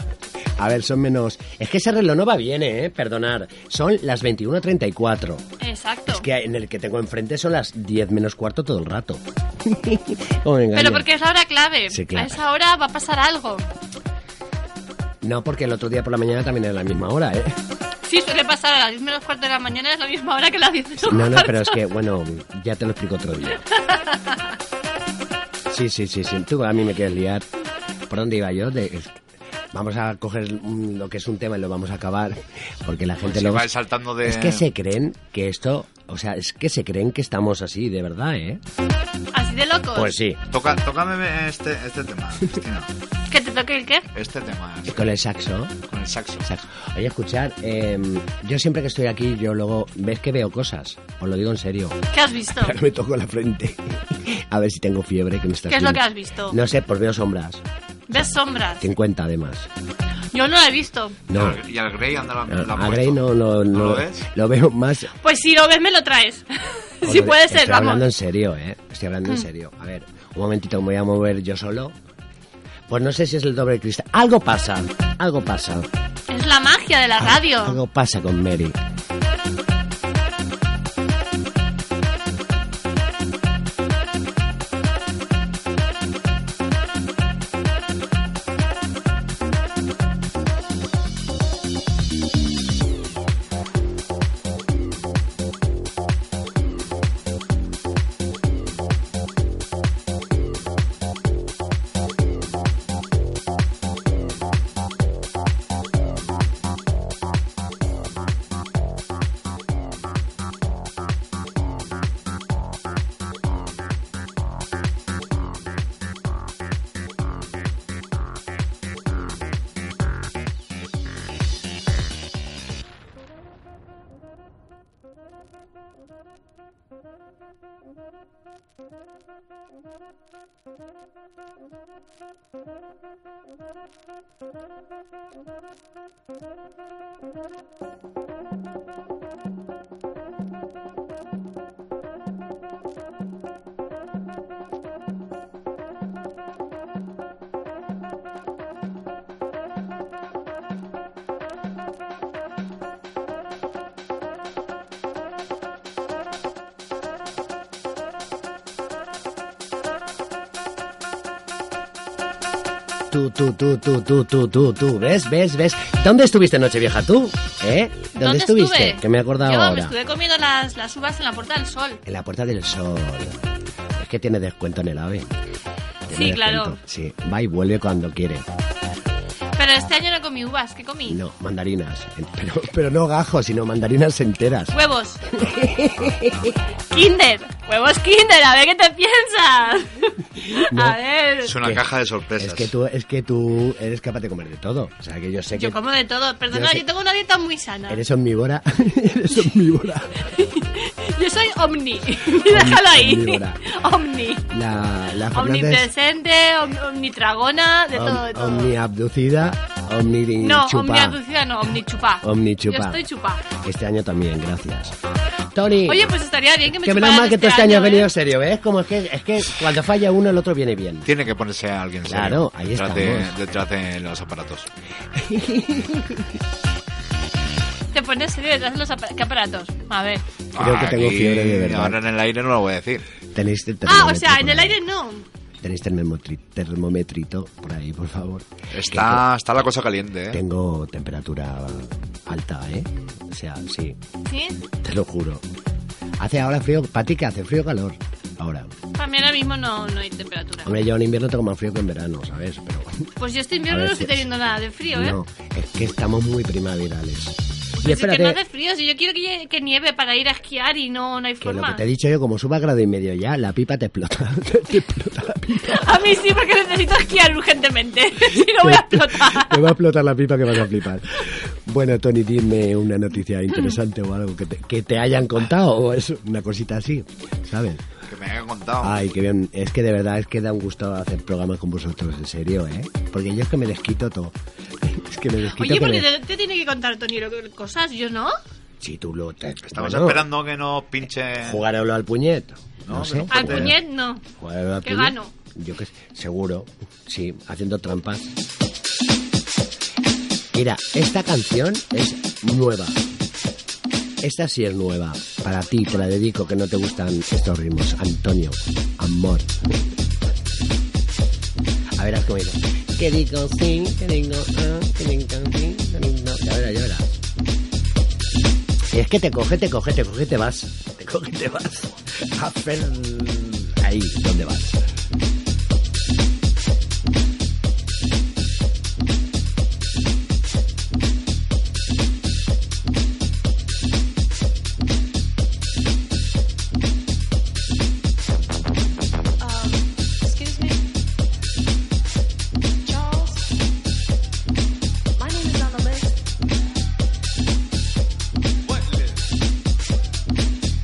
B: A ver, son menos... Es que ese reloj no va bien, ¿eh? Perdonar. Son las 21.34.
D: Exacto.
B: Es que en el que tengo enfrente son las 10 menos cuarto todo el rato. ¿Cómo me engañan?
D: Pero porque es la hora clave.
B: Sí, claro.
D: A esa hora va a pasar algo.
B: No, porque el otro día por la mañana también era la misma hora, ¿eh?
D: Sí, suele pasar a las 10 menos cuarto de la mañana, es la misma hora que las 10 menos
B: No, no,
D: cuarto.
B: pero es que, bueno, ya te lo explico otro día. Sí, sí, sí, sí. Tú a mí me quieres liar. ¿Por dónde iba yo? De- Vamos a coger un- lo que es un tema y lo vamos a acabar. Porque la gente
C: Se
B: lo
C: va saltando de...
B: Es que se creen que esto... O sea, es que se creen que estamos así, de verdad, ¿eh?
D: Así de locos.
B: Pues sí.
C: Toca, tócame este, este tema, Cristina.
D: ¿Que te toque el qué?
C: Este tema,
B: Y con el saxo.
C: con el saxo.
B: saxo. Oye, escuchar, em, yo siempre que estoy aquí, yo luego... ¿Ves que veo cosas? Os lo digo en serio.
D: ¿Qué has visto?
B: Ahora me toco la frente. A ver si tengo fiebre. Que me está
D: ¿Qué es lo
B: haciendo.
D: que has visto?
B: No sé, pues veo sombras.
D: ¿Ves sombras?
B: 50 además.
D: Yo no la he visto.
B: No.
C: Y al Grey anda la, Ah, la
B: A
C: puesto.
B: Grey no, no, no,
C: lo ves?
B: lo veo más.
D: Pues si lo ves, me lo traes.
B: o
D: si
B: lo-
D: puede
B: estoy
D: ser, vamos. Mm.
B: hablando en serio, ¿eh? Estoy hablando en serio. A ver, un momentito, me voy a mover yo solo. Pues no sé si es el doble cristal. Algo pasa, algo pasa.
D: Es la magia de la radio.
B: Ah, Algo pasa con Mary. Tú, tú, tú, tú, tú, tú, tú, tú. ¿Ves? ¿Ves? ¿Ves? ¿Dónde estuviste Nochevieja tú? ¿Eh? ¿Dónde,
D: ¿Dónde
B: estuviste?
D: estuve?
B: Que me he acordado
D: Yo me
B: ahora.
D: estuve comiendo las, las uvas en la Puerta del Sol.
B: En la Puerta del Sol. Es que tiene descuento en el AVE. Tiene
D: Sí, claro.
B: Sí, va y vuelve cuando quiere.
D: Pero este año no comí uvas, ¿qué comí?
B: No, mandarinas. Pero, pero no gajos, sino mandarinas enteras.
D: Huevos. Kinder. Huevos Kinder, a ver qué te piensas.
B: No.
D: A ver.
C: Es una
B: que-
C: caja de sorpresas.
B: Es que, tú, es que tú eres capaz de comer de todo. O sea, que yo sé
D: Yo
B: que
D: como de todo. Perdona,
B: Yo
D: yo,
B: sé-
D: tengo una dieta muy sana.
B: eres omnívora. eres omnívora.
D: Yo soy omni. Déjalo ahí.
B: omnívora.
D: Omni.
B: La, la Fernández...
D: Omnipresente, om- omnitragona, de todo, de todo.
B: Omniabducida, omni
D: no, omniaducida no, omnichupá.
B: Omnichupá.
D: Yo estoy chupá.
B: Este año también, gracias. Tony.
D: Oye, pues estaría bien que me
B: que menos
D: chuparan
B: mal que tú
D: este
B: este año has
D: ¿eh?
B: venido serio, ¿ves? Como es que, es que cuando falla uno, el otro viene bien.
C: Tiene que ponerse a alguien serio
B: Claro, ahí
C: detrás de,
B: estamos.
C: detrás de los aparatos.
D: Te pones serio detrás de los apa- ¿qué aparatos. A ver.
B: Creo que tengo
C: Aquí,
B: fiebre de verdad.
C: Ahora en el aire no lo voy a decir.
B: Tenéis el
D: Ah,
B: termómetro
D: o sea,
B: por
D: en el
B: ahí.
D: aire no.
B: Tenéis termomotri- termometrito por ahí, por favor.
C: Está, está la cosa caliente,
B: Que
C: ¿eh?
B: Tengo temperatura alta, ¿eh? O sea, sí,
D: ¿Sí?
B: te lo juro. Hace ahora frío, Pati, que hace frío o calor. Ahora.
D: Para mí ahora mismo no, no hay temperatura.
B: Hombre, yo en invierno tengo más frío que en verano, ¿sabes? Pero.
D: Pues yo este
B: A
D: invierno no
B: veces.
D: estoy teniendo nada de frío, ¿eh?
B: No, es que estamos muy primaverales. Y
D: Pues es que
B: espérate,
D: no hace frío, si yo quiero que, lle- que nieve para ir a esquiar y no, no hay
B: que lo que
D: forma.
B: te he dicho yo, como suba a grado y medio ya, la pipa te explota. te explota la pipa.
D: A mí sí, porque necesito esquiar urgentemente. si no voy a explotar.
B: Te va a explotar la pipa que vas a flipar. Bueno, Tony, dime una noticia interesante o algo que te, que te hayan contado o es una cosita así, ¿sabes?
C: Que me haya contado.
B: Ay, qué bien. Es que de verdad es que da un gusto hacer programas con vosotros, en serio, ¿eh? Porque yo es que me desquito todo. Es que me desquito
D: Oye,
B: que
D: porque
B: me-
D: te, te tiene que contar Tony lo que- cosas, yo no.
B: Si tú lo... te- bueno,
C: Estamos Pues
B: Eh,
C: esperando que nos pinche.
B: Jugarlo al puñet. No,
C: No,
B: sé.
C: pero-
D: Al
C: Joder.
D: puñet no.
B: Jugarlo al
D: Que
B: puñet.
D: gano.
B: Yo que seguro. Sí, haciendo trampas. Mira, esta canción es nueva. Esta sí es nueva. Para ti, te la dedico, que no te gustan estos ritmos. Antonio, amor. A ver, cómo digo. Que digo sí, que digo ah, que digo sí, que digo no. Ya verás, ya verás. Si es que te coge, te coge, te coge, te vas. Te coge, te vas. A ver, ahí, ¿dónde vas?
F: Excuse me. Charles? My name is on the list.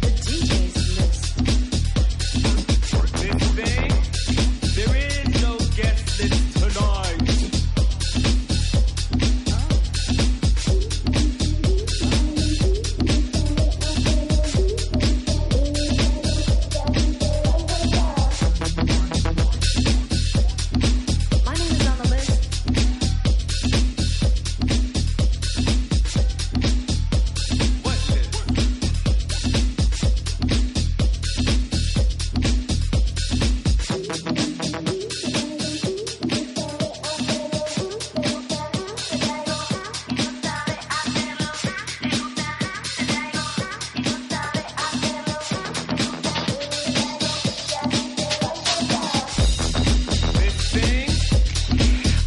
F: The DJ's list.
G: There is no guest list tonight.
F: My name is on the list.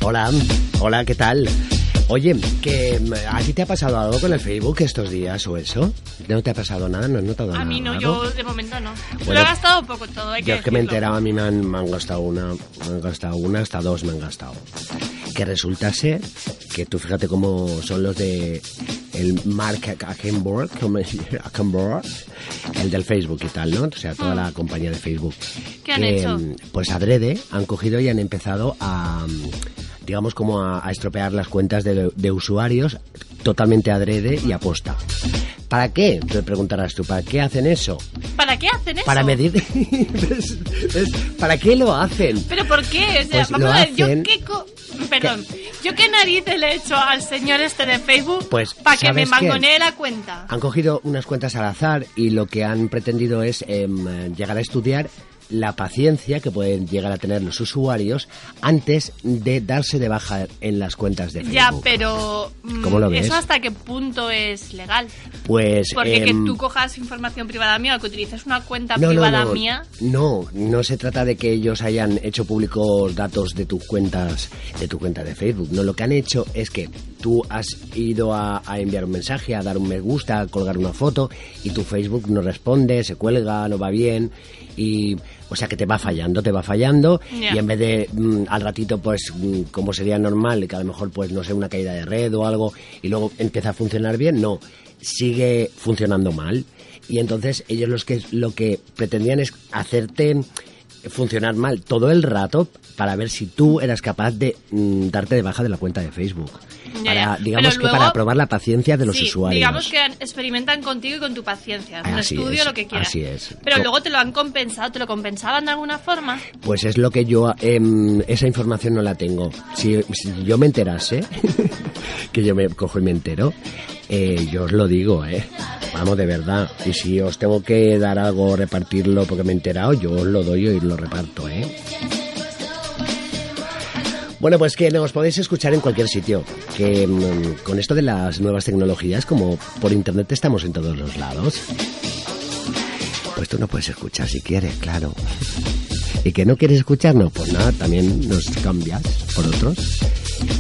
B: Hola, hola, ¿qué tal? Oye, que mm, a ti te ha pasado algo con el Facebook estos días o eso? ¿No te ha pasado nada? ¿No has notado nada?
D: A mí no,
B: raro?
D: yo de momento no. lo
B: Bueno,
D: he gastado poco todo, hay que
B: Yo es que me he
D: decirlo.
B: enterado, a mí me han, me han gastado una, me han gastado una, hasta dos me han gastado. Que resultase que tú fíjate cómo son los de el Mark Akenborg, como es- Akenborg, el del Facebook y tal, ¿no? O sea, toda la compañía de Facebook.
D: Mm. ¿Qué han
B: que,
D: hecho?
B: mm, Pues adrede han cogido y han empezado a, mm, digamos, como a, a estropear las cuentas de, de usuarios totalmente adrede y aposta. ¿Para qué? Te preguntarás tú, ¿para qué hacen eso?
D: ¿Para qué hacen eso?
B: Para medir... ¿Ves? ¿Ves? ¿Para qué lo hacen?
D: ¿Pero por qué? O sea,
B: Pues
D: vamos
B: lo
D: a ver, yo
B: hacen-
D: qué co- Perdón, ¿yo qué narices le he hecho al señor este de Facebook
B: Pues,
D: para que me
B: ¿sabes qué? Ah,
D: mangonee la cuenta?
B: Han cogido unas cuentas al azar y lo que han pretendido es em, llegar a estudiar la paciencia que pueden llegar a tener los usuarios antes de darse de baja en las cuentas de
D: Ya,
B: Facebook.
D: pero... mm,
B: ¿Cómo lo ves?
D: ¿Eso hasta qué punto es legal?
B: Pues
D: Porque que
B: em,
D: tú cojas información privada mía o que utilices una cuenta
B: no, no,
D: privada
B: no,
D: mía...
B: No, no se trata de que ellos hayan hecho públicos datos de tus cuentas, de tu cuenta de Facebook. No, lo que han hecho es que tú has ido a, a enviar un mensaje, a dar un me gusta, a colgar una foto y tu Facebook no responde, se cuelga, no va bien y o sea que te va fallando, te va fallando
D: Ya.
B: y en vez de mm, al ratito pues mm, como sería normal que a lo mejor pues no sé una caída de red o algo y luego empieza a funcionar bien, no, sigue funcionando mal y entonces ellos los que lo que pretendían es hacerte funcionar mal todo el rato para ver si tú eras capaz de mm, darte de baja de la cuenta de Facebook.
D: Ya, ya.
B: Para, digamos
D: Pero
B: que
D: luego-
B: para probar la paciencia de los
D: sí,
B: usuarios.
D: digamos que experimentan contigo y con tu paciencia. Un
B: Así
D: estudio,
B: es,
D: lo que quieras.
B: así es.
D: Pero
B: Co-
D: luego te lo han compensado, te lo compensaban de alguna forma.
B: Pues es lo que yo, em, esa información no la tengo. Si, si yo me enterase, que yo me cojo y me entero, eh, yo os lo digo, ¿eh? Vamos, de verdad. Y si os tengo que dar algo, repartirlo porque me he enterado, yo os lo doy y lo reparto, ¿eh? Bueno, pues que nos podéis escuchar en cualquier sitio. Que mm, con esto de las nuevas tecnologías, como por internet estamos en todos los lados. Pues tú no puedes escuchar si quieres, claro. ¿Y que no quieres escucharnos? Pues nada, también nos cambias por otros.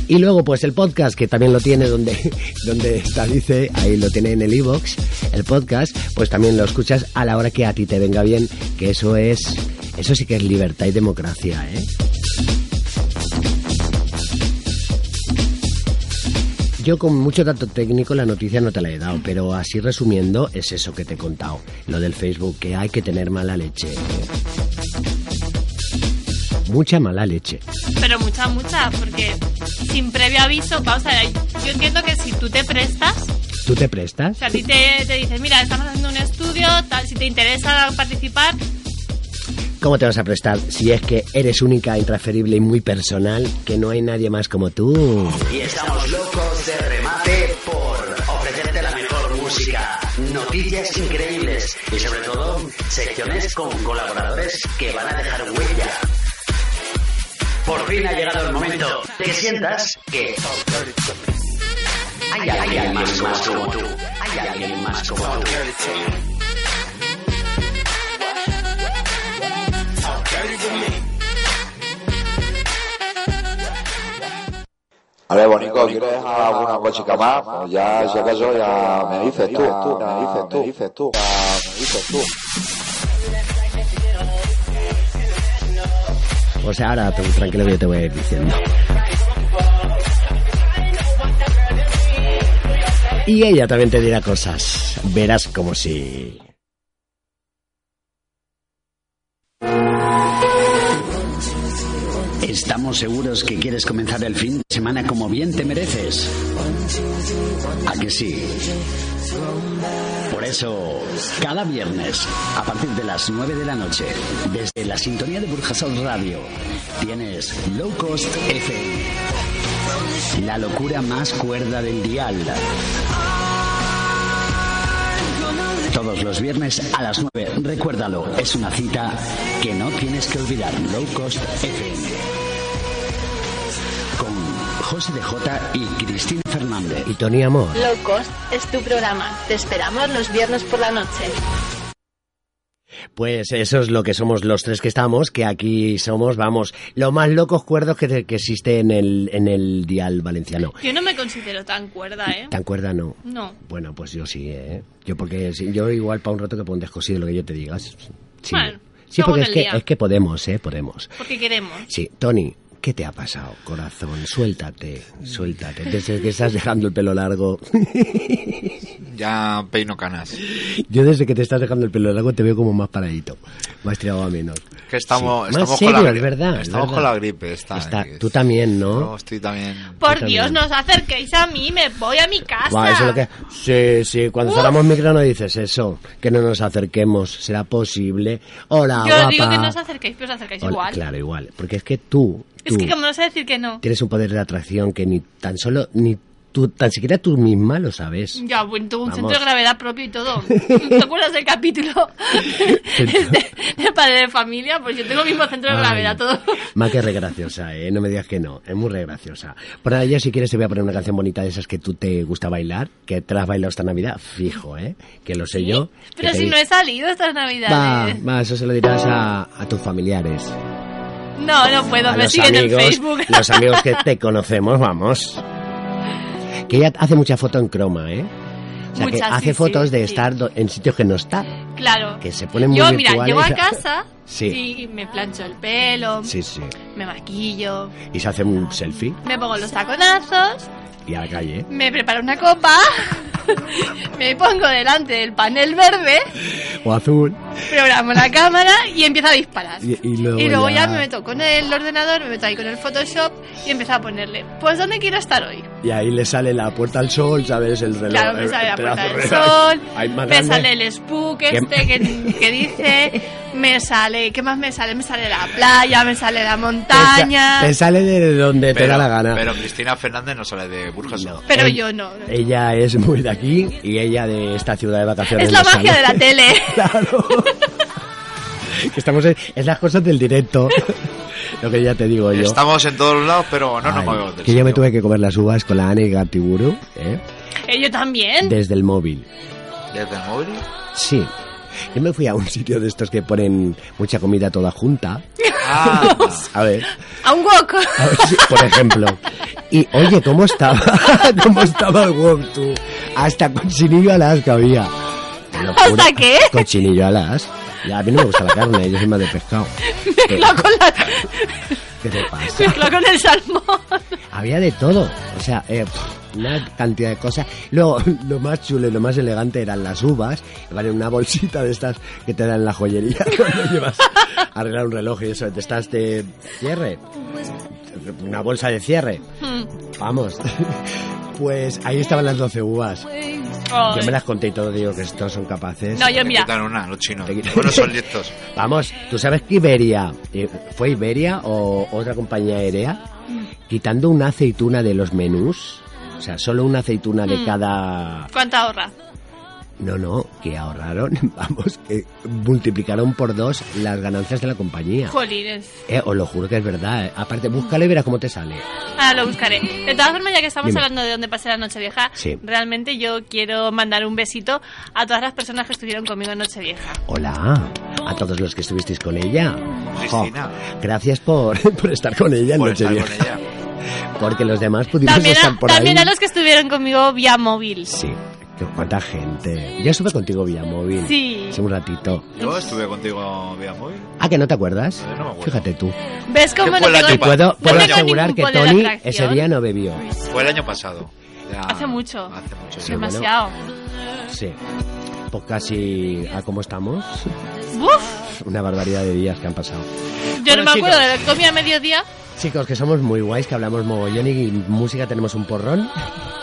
B: Y luego, pues el podcast, que también lo tiene donde, donde está, dice, ahí lo tiene en el iBox el podcast, pues también lo escuchas a la hora que a ti te venga bien, que eso es, eso sí que es libertad y democracia, ¿eh? Yo con mucho dato técnico la noticia no te la he dado, pero así resumiendo es eso que te he contado, lo del Facebook, que hay que tener mala leche. Mucha mala leche.
D: Pero mucha, mucha, porque sin previo aviso, vamos a ver, yo entiendo que si tú te prestas,
B: ¿Tú te
D: o
B: prestas?
D: sea, a ti te, te dicen, mira, estamos haciendo un estudio, tal, si te interesa participar,
B: ¿Cómo te vas a prestar si es que eres única, intransferible y muy personal, que no hay nadie más como tú?
E: Y estamos locos de remate por ofrecerte la mejor música, noticias increíbles y sobre todo secciones con colaboradores que van a dejar huella. Por fin ha llegado el momento de que sientas que hay alguien más como tú. Hay alguien más como tú.
H: A ver, bonito, ¿quieres dejar alguna cochica más? Pues ya, si acaso, ya me dices tú, tú, me dices tú, me dices tú, me dices tú.
B: O sea, Pues ahora tú tranquilo que yo te voy a ir diciendo. Y ella también te dirá cosas. Verás como si...
E: Estamos seguros que quieres comenzar el fin de semana como bien te mereces. ¿A que sí? Por eso, cada viernes, a partir de las 9 de la noche, desde la sintonía de Burjasol Radio, tienes Low Cost FM. La locura más cuerda del dial. Todos los viernes a las 9. Recuérdalo, es una cita que no tienes que olvidar. Low Cost FM. Con José de Jota y Cristina Fernández.
B: Y Tony Amor.
I: Low Cost es tu programa. Te esperamos los viernes por la noche.
B: Pues eso es lo que somos los tres que estamos, que aquí somos, vamos, los más locos cuerdos que, que existe en el, en el dial valenciano.
D: yo no me considero tan cuerda, ¿eh?
B: ¿Te acuerdas? No.
D: No.
B: Bueno, pues yo sí, ¿eh? Yo porque sí, yo igual para un rato que pongo un descosido lo que yo te digas. Sí,
D: Bueno,
B: sí
D: luego
B: porque
D: en
B: es
D: el
B: que,
D: día.
B: es que podemos, ¿eh? Podemos.
D: Porque queremos.
B: Sí, Tony, ¿Qué te ha pasado, corazón? Suéltate, suéltate. Desde que estás dejando el pelo largo.
C: Ya peino canas.
B: Yo desde que te estás dejando el pelo largo te veo como más paradito, más tirado a menos.
C: Que estamos,
B: Sí.
C: estamos
B: Más
C: con la
B: serio,
C: gripe.
B: es verdad. es
C: Estamos con
B: verdad.
C: la gripe. Está,
B: Está- tú también, ¿no?
C: Yo estoy también.
D: Por
B: Yo
D: Dios,
B: también.
D: no os acerquéis a mí, me voy a mi casa.
B: Buah, eso es lo que... Sí, sí, cuando
D: Uf.
B: cerramos micro no dices eso, que no nos acerquemos, será posible. Hola,
D: Yo
B: guapa.
D: os digo que no os acerquéis, pero os acercáis
B: Ah, Hola,
D: igual.
B: Claro, igual, porque es que tú,
D: Es que
B: tú
D: como no vas a decir que no.
B: tienes un poder de atracción que ni tan solo, ni tú, tan siquiera tú misma lo sabes.
D: Ya, bueno, tuvo un
B: Vamos.
D: centro de gravedad propio y todo. ¿Te acuerdas del capítulo de, de padre de familia? Pues yo tengo el mismo centro de
B: Ay.
D: gravedad, todo.
B: Más que re graciosa, ¿eh? No me digas que no. Es muy re graciosa. Por ahora, yo si quieres te voy a poner una canción bonita de esas que tú te gusta bailar, que te la has bailado esta Navidad, fijo, ¿eh? Que lo sé yo.
D: Pero
B: que
D: si
B: te-
D: no eh. he salido estas
B: Va,
D: navidades.
B: va, eso se lo dirás a, a tus familiares.
D: No, no puedo,
B: a
D: me
B: los
D: siguen
B: amigos,
D: en Facebook.
B: los amigos que te conocemos, vamos. Que ella hace mucha foto en croma, ¿eh? O sea, que
D: Muchas,
B: hace
D: sí,
B: fotos
D: sí, Mm.
B: de
D: sí.
B: estar do- en sitios que no está.
D: Claro.
B: que se ponen muy
D: Yo, mira,
B: virtuales.
D: llego a casa
B: Sí.
D: y me plancho el pelo,
B: Sí, sí.
D: me maquillo,
B: Y se hace un selfie
D: me pongo los taconazos,
B: y a la calle.
D: me preparo una copa, me pongo delante del panel verde,
B: O azul.
D: programo la cámara y empiezo a disparar.
B: Y, y luego,
D: Y luego ya me meto con el ordenador, me meto ahí con el Photoshop y empiezo a ponerle, pues ¿dónde quiero estar hoy?
B: Y ahí le sale la puerta al sol, ¿sabes? El reloj.
D: Claro, me
B: el
D: sale la
B: pedazo
D: puerta del
B: de reloj.
D: sol,
B: Ahí más
D: me
B: grande.
D: sale el spook este que, que dice, me sale, ¿qué más me sale? Me sale la playa, me sale la
B: Te sa-
D: montaña,
B: Te sale de donde te da la gana.
C: Pero Cristina Fernández no sale de Burjas.
D: pero
B: Eh,
D: yo no. no.
B: Ella es muy de aquí y ella de esta ciudad de vacaciones.
D: Es la
B: no
D: magia
B: sale.
D: de la tele.
B: Claro. Que Estamos en, es las cosas del directo. Lo que ya te digo yo.
C: Estamos en todos lados, pero no nos
B: Ay,
C: movemos del
B: que yo me
C: sitio.
B: tuve que comer las uvas con la Anne Gatiburu, ¿eh?
D: Eh, yo también.
B: Desde el móvil.
C: ¿Desde el móvil?
B: Sí. Yo me fui a un sitio de estos que ponen mucha comida toda junta.
C: Ah,
B: A ver.
D: A un hueco.
B: A ver si- por ejemplo. Y oye, ¿cómo estaba? ¿Cómo estaba el wok tú? Hasta cochinillo alas que había. Te lo juro.
D: ¿Hasta qué?
B: Cochinillo alas. Ya, a mí no me gusta la carne, yo soy más de pescado. ¿Qué,
D: Mezclado con, la,
B: qué te pasa?
D: mezclado con el salmón.
B: Había de todo. O sea, eh, pff, una cantidad de cosas. Luego, lo más chulo y lo más elegante eran las uvas. Vale, una bolsita de estas que te dan en la joyería cuando llevas a arreglar un reloj y eso, te estás de cierre. Una bolsa de cierre. Vamos. Pues ahí estaban las 12 uvas. Yo me las conté y todo, digo que estos son capaces.
D: No, yo
C: me
D: mira,
C: quitan una, los chinos.
B: Te quitan-
C: Bueno, son listos.
B: Vamos, tú sabes que Iberia, eh, ¿fue Iberia o otra compañía aérea? Quitando una aceituna de los menús, o sea, solo una aceituna de
D: Mm.
B: cada...
D: ¿cuánta ahorra?
B: No, no, que ahorraron, vamos, que multiplicaron por dos las ganancias de la compañía.
D: Jolines.
B: Eh, os lo juro que es verdad. eh. Aparte, búscalo y verás cómo te sale.
D: Ahora Ah, lo buscaré. De todas formas, ya que estamos
B: Dime.
D: hablando de dónde pasé la Nochevieja,
B: Sí.
D: realmente yo quiero mandar un besito a todas las personas que estuvieron conmigo en Nochevieja.
B: Hola a todos los que estuvisteis con ella. Jo,
C: Cristina.
B: gracias por, por estar con ella en
C: Por estar
B: Nochevieja,
C: con ella.
B: Porque los demás pudimos
D: También,
B: estar
D: a,
B: por
D: también
B: ahí.
D: a los que estuvieron conmigo vía móvil.
B: Sí, qué- cuánta gente. Yo estuve contigo vía móvil.
D: Sí.
B: Hace un ratito.
C: Yo estuve contigo vía móvil.
B: Ah, que no te acuerdas.
C: Eh, no me acuerdo.
B: Fíjate tú.
D: ¿Ves cómo
C: Que
D: no
C: fue la
D: tengo-
B: Y
C: Bueno,
B: puedo,
D: no
B: puedo
D: tengo
B: asegurar
D: ningún
B: que
D: poder de
B: Tony
D: atracción?
B: ese día no bebió.
C: Fue el año pasado. Ya-
D: Hace mucho.
C: Hace mucho.
B: Sí, bueno.
D: Demasiado.
B: Sí. Pues casi a cómo estamos.
D: Buf,
B: Una barbaridad de días que han pasado.
D: yo
B: Bueno,
D: no me acuerdo
B: chicos.
D: de lo que comí a mediodía.
B: Chicos, que somos muy guays, que hablamos mogollón y música tenemos un porrón.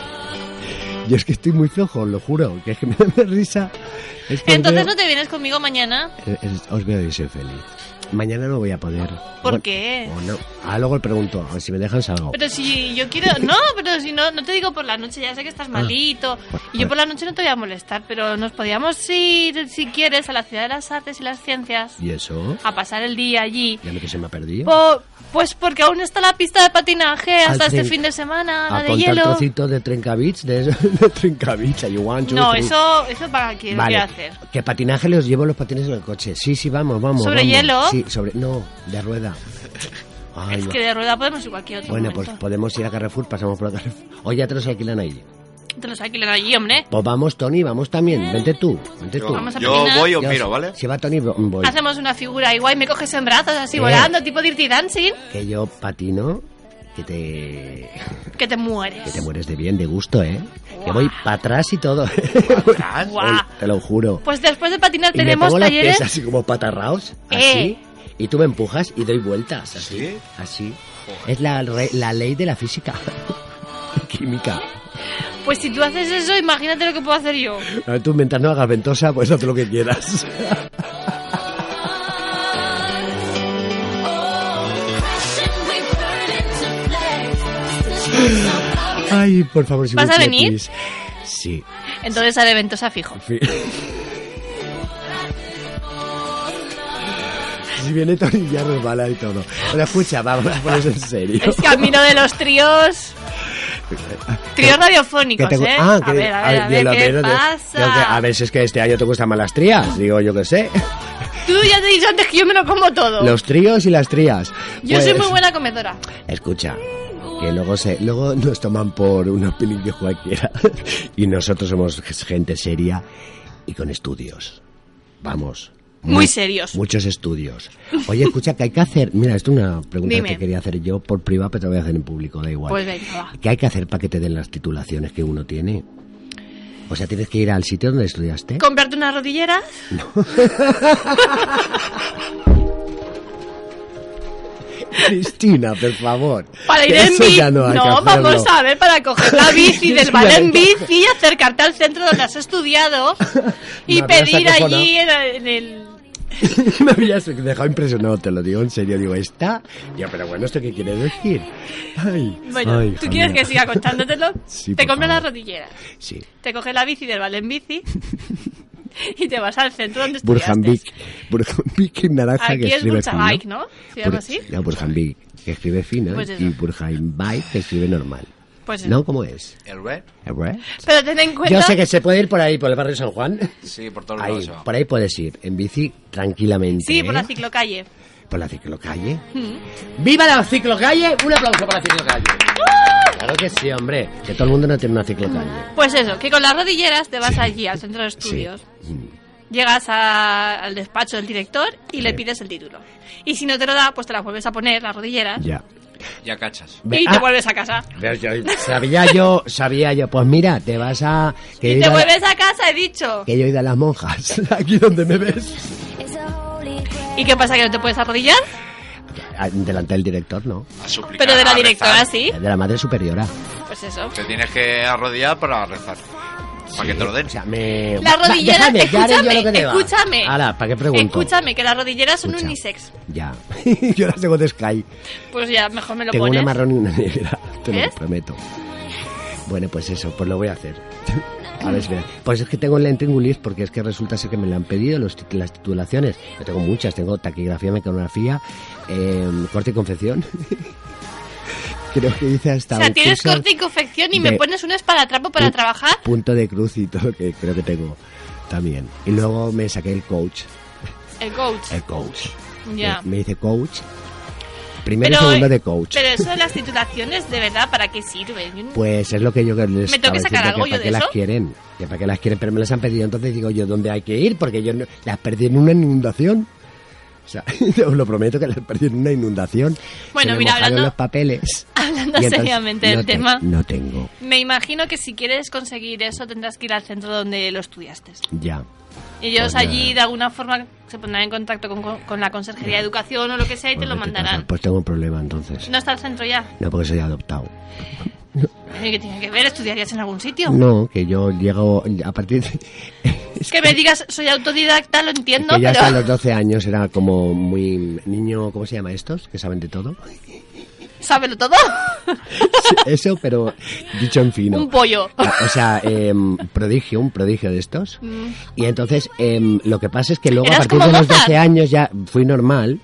B: Yo es que estoy muy flojo, lo juro, que es que me da risa. Es que os
D: Entonces
B: veo-
D: no te vienes conmigo mañana.
B: Eh, eh, Os veo y soy feliz. Mañana no voy a poder.
D: ¿Por
B: Bueno,
D: qué?
B: o no. Ah, luego le pregunto, a ver si me dejan salgo.
D: Pero si yo quiero... No, pero si no, no te digo por la noche, ya sé que
B: Ah.
D: estás malito. Y yo por la noche no te voy a molestar, pero nos podíamos ir, si quieres, a la Ciudad de las Artes y las Ciencias.
B: ¿Y eso?
D: a pasar el día allí.
B: Ya no que se me ha perdido.
D: Po- pues porque aún está la pista de patinaje hasta
B: Al
D: este
B: tren-
D: fin de semana, la
B: Ah, a
D: de
B: contar el
D: hielo.
B: trocito de Trencavich, de, de Trencavich, ahí, one, two,
D: No,
B: three.
D: eso, eso para quien
B: Vale.
D: quiera hacer.
B: Que patinaje los llevo los patines en el coche. Sí, sí, vamos, vamos.
D: ¿Sobre
B: vamos.
D: hielo?
B: Sí, sobre. No, de rueda. Ay,
D: es
B: no.
D: que de rueda podemos ir cualquier otro
B: Bueno, pues
D: momento.
B: podemos ir a Carrefour, pasamos por la Carrefour. O ya te los alquilan ahí.
D: Te los alquilan allí, hombre.
B: Pues vamos, Tony, vamos también. Vente tú, vente
C: Yo-
B: tú.
D: Vamos a
C: yo
D: patinar.
C: voy o
B: Yo,
C: miro, ¿vale?
B: Si va Tony, vo- voy.
D: Hacemos una figura igual, me coges en brazos así
B: Eh.
D: volando, tipo Dirty Dancing,
B: Que yo patino, que te,
D: que te
B: que
D: mueres.
B: te mueres de bien, de gusto, ¿eh? Que voy para atrás y todo. Oye, te lo juro.
D: Pues después de patinar
B: Y me
D: tenemos
B: pongo las pies
D: talleres.
B: así como patarraos,
D: Eh.
B: así. Y tú me empujas y doy vueltas, así. Así. Es la, re- la ley de la física. Química.
D: Pues si tú haces eso, imagínate lo que puedo hacer yo.
B: A ver, tú mientras no hagas ventosa, pues haz lo que quieras. Ay, por favor, si
D: ¿Vas
B: me
D: a venir?
B: quieres. Sí.
D: Entonces haré ventosa fijo.
B: fi- Si viene Tony ya resbala y todo. Bueno, escucha, vamos a ponerse en serio.
D: Es camino de los tríos. Tríos
B: Que
D: radiofónicos,
B: te gu-
D: ¿eh?
B: Ah,
D: a
B: que-
D: ver, a
B: ay,
D: ver, a
B: Dios,
D: ver,
B: lo
D: ¿qué
B: menos de- tengo que-
D: pasa?
B: a ver si es que este año te gustan más las trías. Digo, yo qué sé.
D: Tú ya te he dicho antes que yo me lo como todo.
B: Los tríos y las trías.
D: Yo soy
B: Pues-
D: muy buena comedora.
B: Escucha, que luego se, luego nos toman por unos pelillos cualquiera. y nosotros somos gente seria y con estudios. Vamos.
D: Muy
B: Mu-
D: serios.
B: Muchos estudios. Oye, escucha, que hay que hacer. Mira, esto es una pregunta
D: Dime.
B: que quería hacer yo por privado, pero te la voy a hacer en público, da igual.
D: Pues venga, va.
B: ¿Qué hay que hacer para que te den las titulaciones que uno tiene? O sea, tienes que ir al sitio donde estudiaste.
D: Comprarte unas rodilleras.
B: Cristina, por favor.
D: Para ir
B: Que
D: en
B: eso
D: bici.
B: ya no hay que hacerlo.
D: vamos a ver, para coger la bici del
B: Eso
D: bar
B: ya
D: en
B: no.
D: bici, acercarte al centro donde has estudiado
B: Me
D: y
B: habías
D: pedir
B: acojonado.
D: allí en el, en el-
B: Me habías dejado impresionado, te lo digo en serio. Digo, ¿está? Ya, pero bueno, ¿esto qué quiere decir? Ay,
D: Bueno,
B: ay,
D: ¿tú
B: hija
D: quieres
B: mía.
D: que siga contándotelo?
B: Sí,
D: te
B: por
D: compras las
B: favor.
D: rodilleras,
B: Sí.
D: te coges la bici del bar en bici y te vas al centro donde estudiaste.
B: Burjambik. Burjambik en naranja
D: Aquí
B: que
D: es
B: escribe
D: Burjambik,
B: fino.
D: ¿no? ¿Se llama
B: Bur-
D: así?
B: No, Burjambik, que escribe fina.
D: Pues eso.
B: y Burjambik, que escribe normal.
D: Pues eso. Pues
B: ¿No? ¿Cómo es?
C: ¿El red?
B: ¿Es verdad?
D: Pero ten en cuenta...
B: Yo sé que se puede ir por ahí, por el barrio San Juan.
C: Sí, por todos lados
B: Ahí,
C: se va.
B: por ahí puedes ir, en bici, tranquilamente.
D: Sí, por la
B: ¿eh?
D: ciclocalle.
B: Por la ciclocalle.
D: Mm.
B: ¡Viva la ciclocalle! Un aplauso para la ciclocalle.
D: ¡Uh!
B: Claro que sí, hombre. Que todo el mundo no tiene una ciclocalle.
D: Pues eso, que con las rodilleras te vas allí al centro de
B: Sí. Mm.
D: estudios. Llegas a- al despacho del director y le
B: Sí.
D: pides el título. Y si no te lo da, pues te las vuelves a poner, las rodilleras,
B: Ya.
C: Ya cachas.
D: y te
B: Ah,
D: vuelves a casa.
B: pero yo- sabía yo, sabía yo. Pues mira, te vas a... Que yo he
D: Y te
B: ido a la-
D: vuelves a casa, he dicho.
B: que yo he ido a las monjas, aquí donde me ves.
D: ¿Y qué pasa? ¿Que no te puedes arrodillar?
B: Ah, Delante del director, ¿no?
C: A suplicar.
D: Pero de
B: Ah,
D: la
C: a
D: directora
C: rezar.
D: sí.
B: De la madre superiora.
D: Pues eso.
C: Te tienes que arrodillar para rezar. Para que te lo den.
B: O sea, me...
D: Las
B: Va,
D: rodilleras-
B: déjame, ya haré yo lo que
D: escúchame,
B: deba.
D: escúchame.
B: Ahora, ¿para qué pregunto?
D: Escúchame, que las rodilleras son
B: Escucha.
D: unisex.
B: Ya. yo las tengo de Sky.
D: Pues ya, mejor me lo
B: Tengo
D: pones.
B: una marrón y una negra, te lo
D: ¿Ves?
B: prometo. Bueno, pues eso, pues lo voy a hacer. A ver, espera. Pues es que tengo el lentingulis porque es que resulta ser que me lo han pedido los tit- las titulaciones. Yo tengo muchas, tengo taquigrafía, mecanografía, em, corte y confección. Creo que dice hasta
D: o sea,
B: un
D: tienes
B: curso
D: corte y confección y me
B: de-
D: pones un espalatrapo para
B: pu-
D: trabajar.
B: Punto de cruz y todo que creo que tengo también. Y luego me saqué el coach.
D: El coach.
B: El coach.
D: Ya.
B: Me, me dice coach. Primero y segundo de coach.
D: Pero eso de las titulaciones, de verdad, ¿para qué sirve? Yo no-
B: Pues es lo que yo les
D: ¿Me tengo
B: estaba
D: que sacar
B: diciendo,
D: algo
B: que
D: yo
B: para
D: de
B: qué las
D: eso?
B: quieren, que para qué las quieren, pero me las han pedido, entonces digo yo, ¿dónde hay que ir? Porque yo no- las perdí en una inundación. O sea, os lo prometo que las perdí en una inundación.
D: Bueno,
B: Se me
D: mira,
B: mojaron
D: hablando-
B: los papeles.
D: hablando
B: Y entonces
D: seriamente del
B: no te-
D: tema.
B: No tengo,
D: Me imagino que si quieres conseguir eso tendrás que ir al centro donde lo estudiaste.
B: ya.
D: Ellos
B: Pues
D: allí
B: nada.
D: de alguna forma se pondrán en contacto con, con la Consejería de Educación o lo que sea y te
B: Pues
D: lo
B: vete,
D: mandarán.
B: pasa. Pues tengo un problema entonces.
D: No está el centro ya.
B: No, porque soy adoptado.
D: Eh, ¿Qué tiene que ver? ¿Estudiarías en algún sitio?
B: No, que yo llego a partir de...
D: Es que me digas, soy autodidacta, lo entiendo,
B: que ya hasta
D: pero
B: los 12 años era como muy niño, ¿cómo se llama estos? Que saben de todo.
D: ¿sábelo todo?
B: Sí, Eso, pero dicho en fino.
D: Un pollo.
B: O sea, em, prodigio, un prodigio de estos. Y entonces, em, lo que pasa es que luego a
D: Mm. Eras
B: partir
D: como
B: de los
D: Mozart.
B: 12 años ya fui normal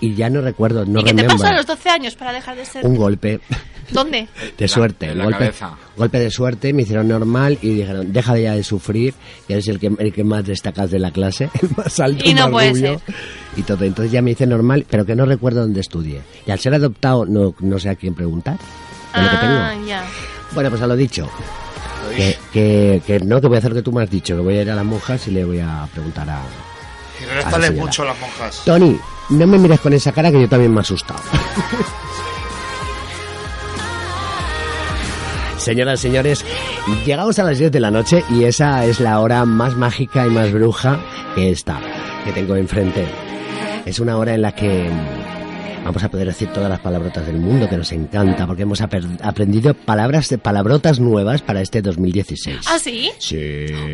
B: y ya no recuerdo, no
D: ¿Y qué te
B: remembro.
D: pasó a los 12 años para dejar de ser?
B: Un Eh, golpe
D: ¿Dónde?
B: de suerte.
C: en la
B: golpe,
C: cabeza.
B: golpe de suerte, me hicieron normal y dijeron, deja de ya de sufrir, que eres el que, el que más destacas de la clase, el más alto,
D: Y
B: el
D: no
B: más
D: puede
B: rubio.
D: ser.
B: Y todo, entonces ya me hice normal, pero que no recuerdo dónde estudié. Y al ser
D: Ah,
B: adoptado no, no sé a quién preguntar. de lo que tengo.
D: ya.
B: Bueno, pues a lo dicho.
C: Lo
B: Que, que, que no, que voy a hacer lo que tú me has dicho, que voy a ir a las monjas y le voy a preguntar a.
C: Que
B: a la
C: no les
B: señora.
C: mucho a las monjas.
B: Tony, no me mires con esa cara que yo también me he asustado. Señoras, señores, llegamos a las 10 de la noche y esa es la hora más mágica y más bruja que esta, que tengo enfrente. Es una hora en la que vamos a poder decir todas las palabrotas del mundo que nos encanta, porque hemos aper- aprendido palabras, palabrotas nuevas para este 2016.
D: ¿Ah, sí?
B: Sí.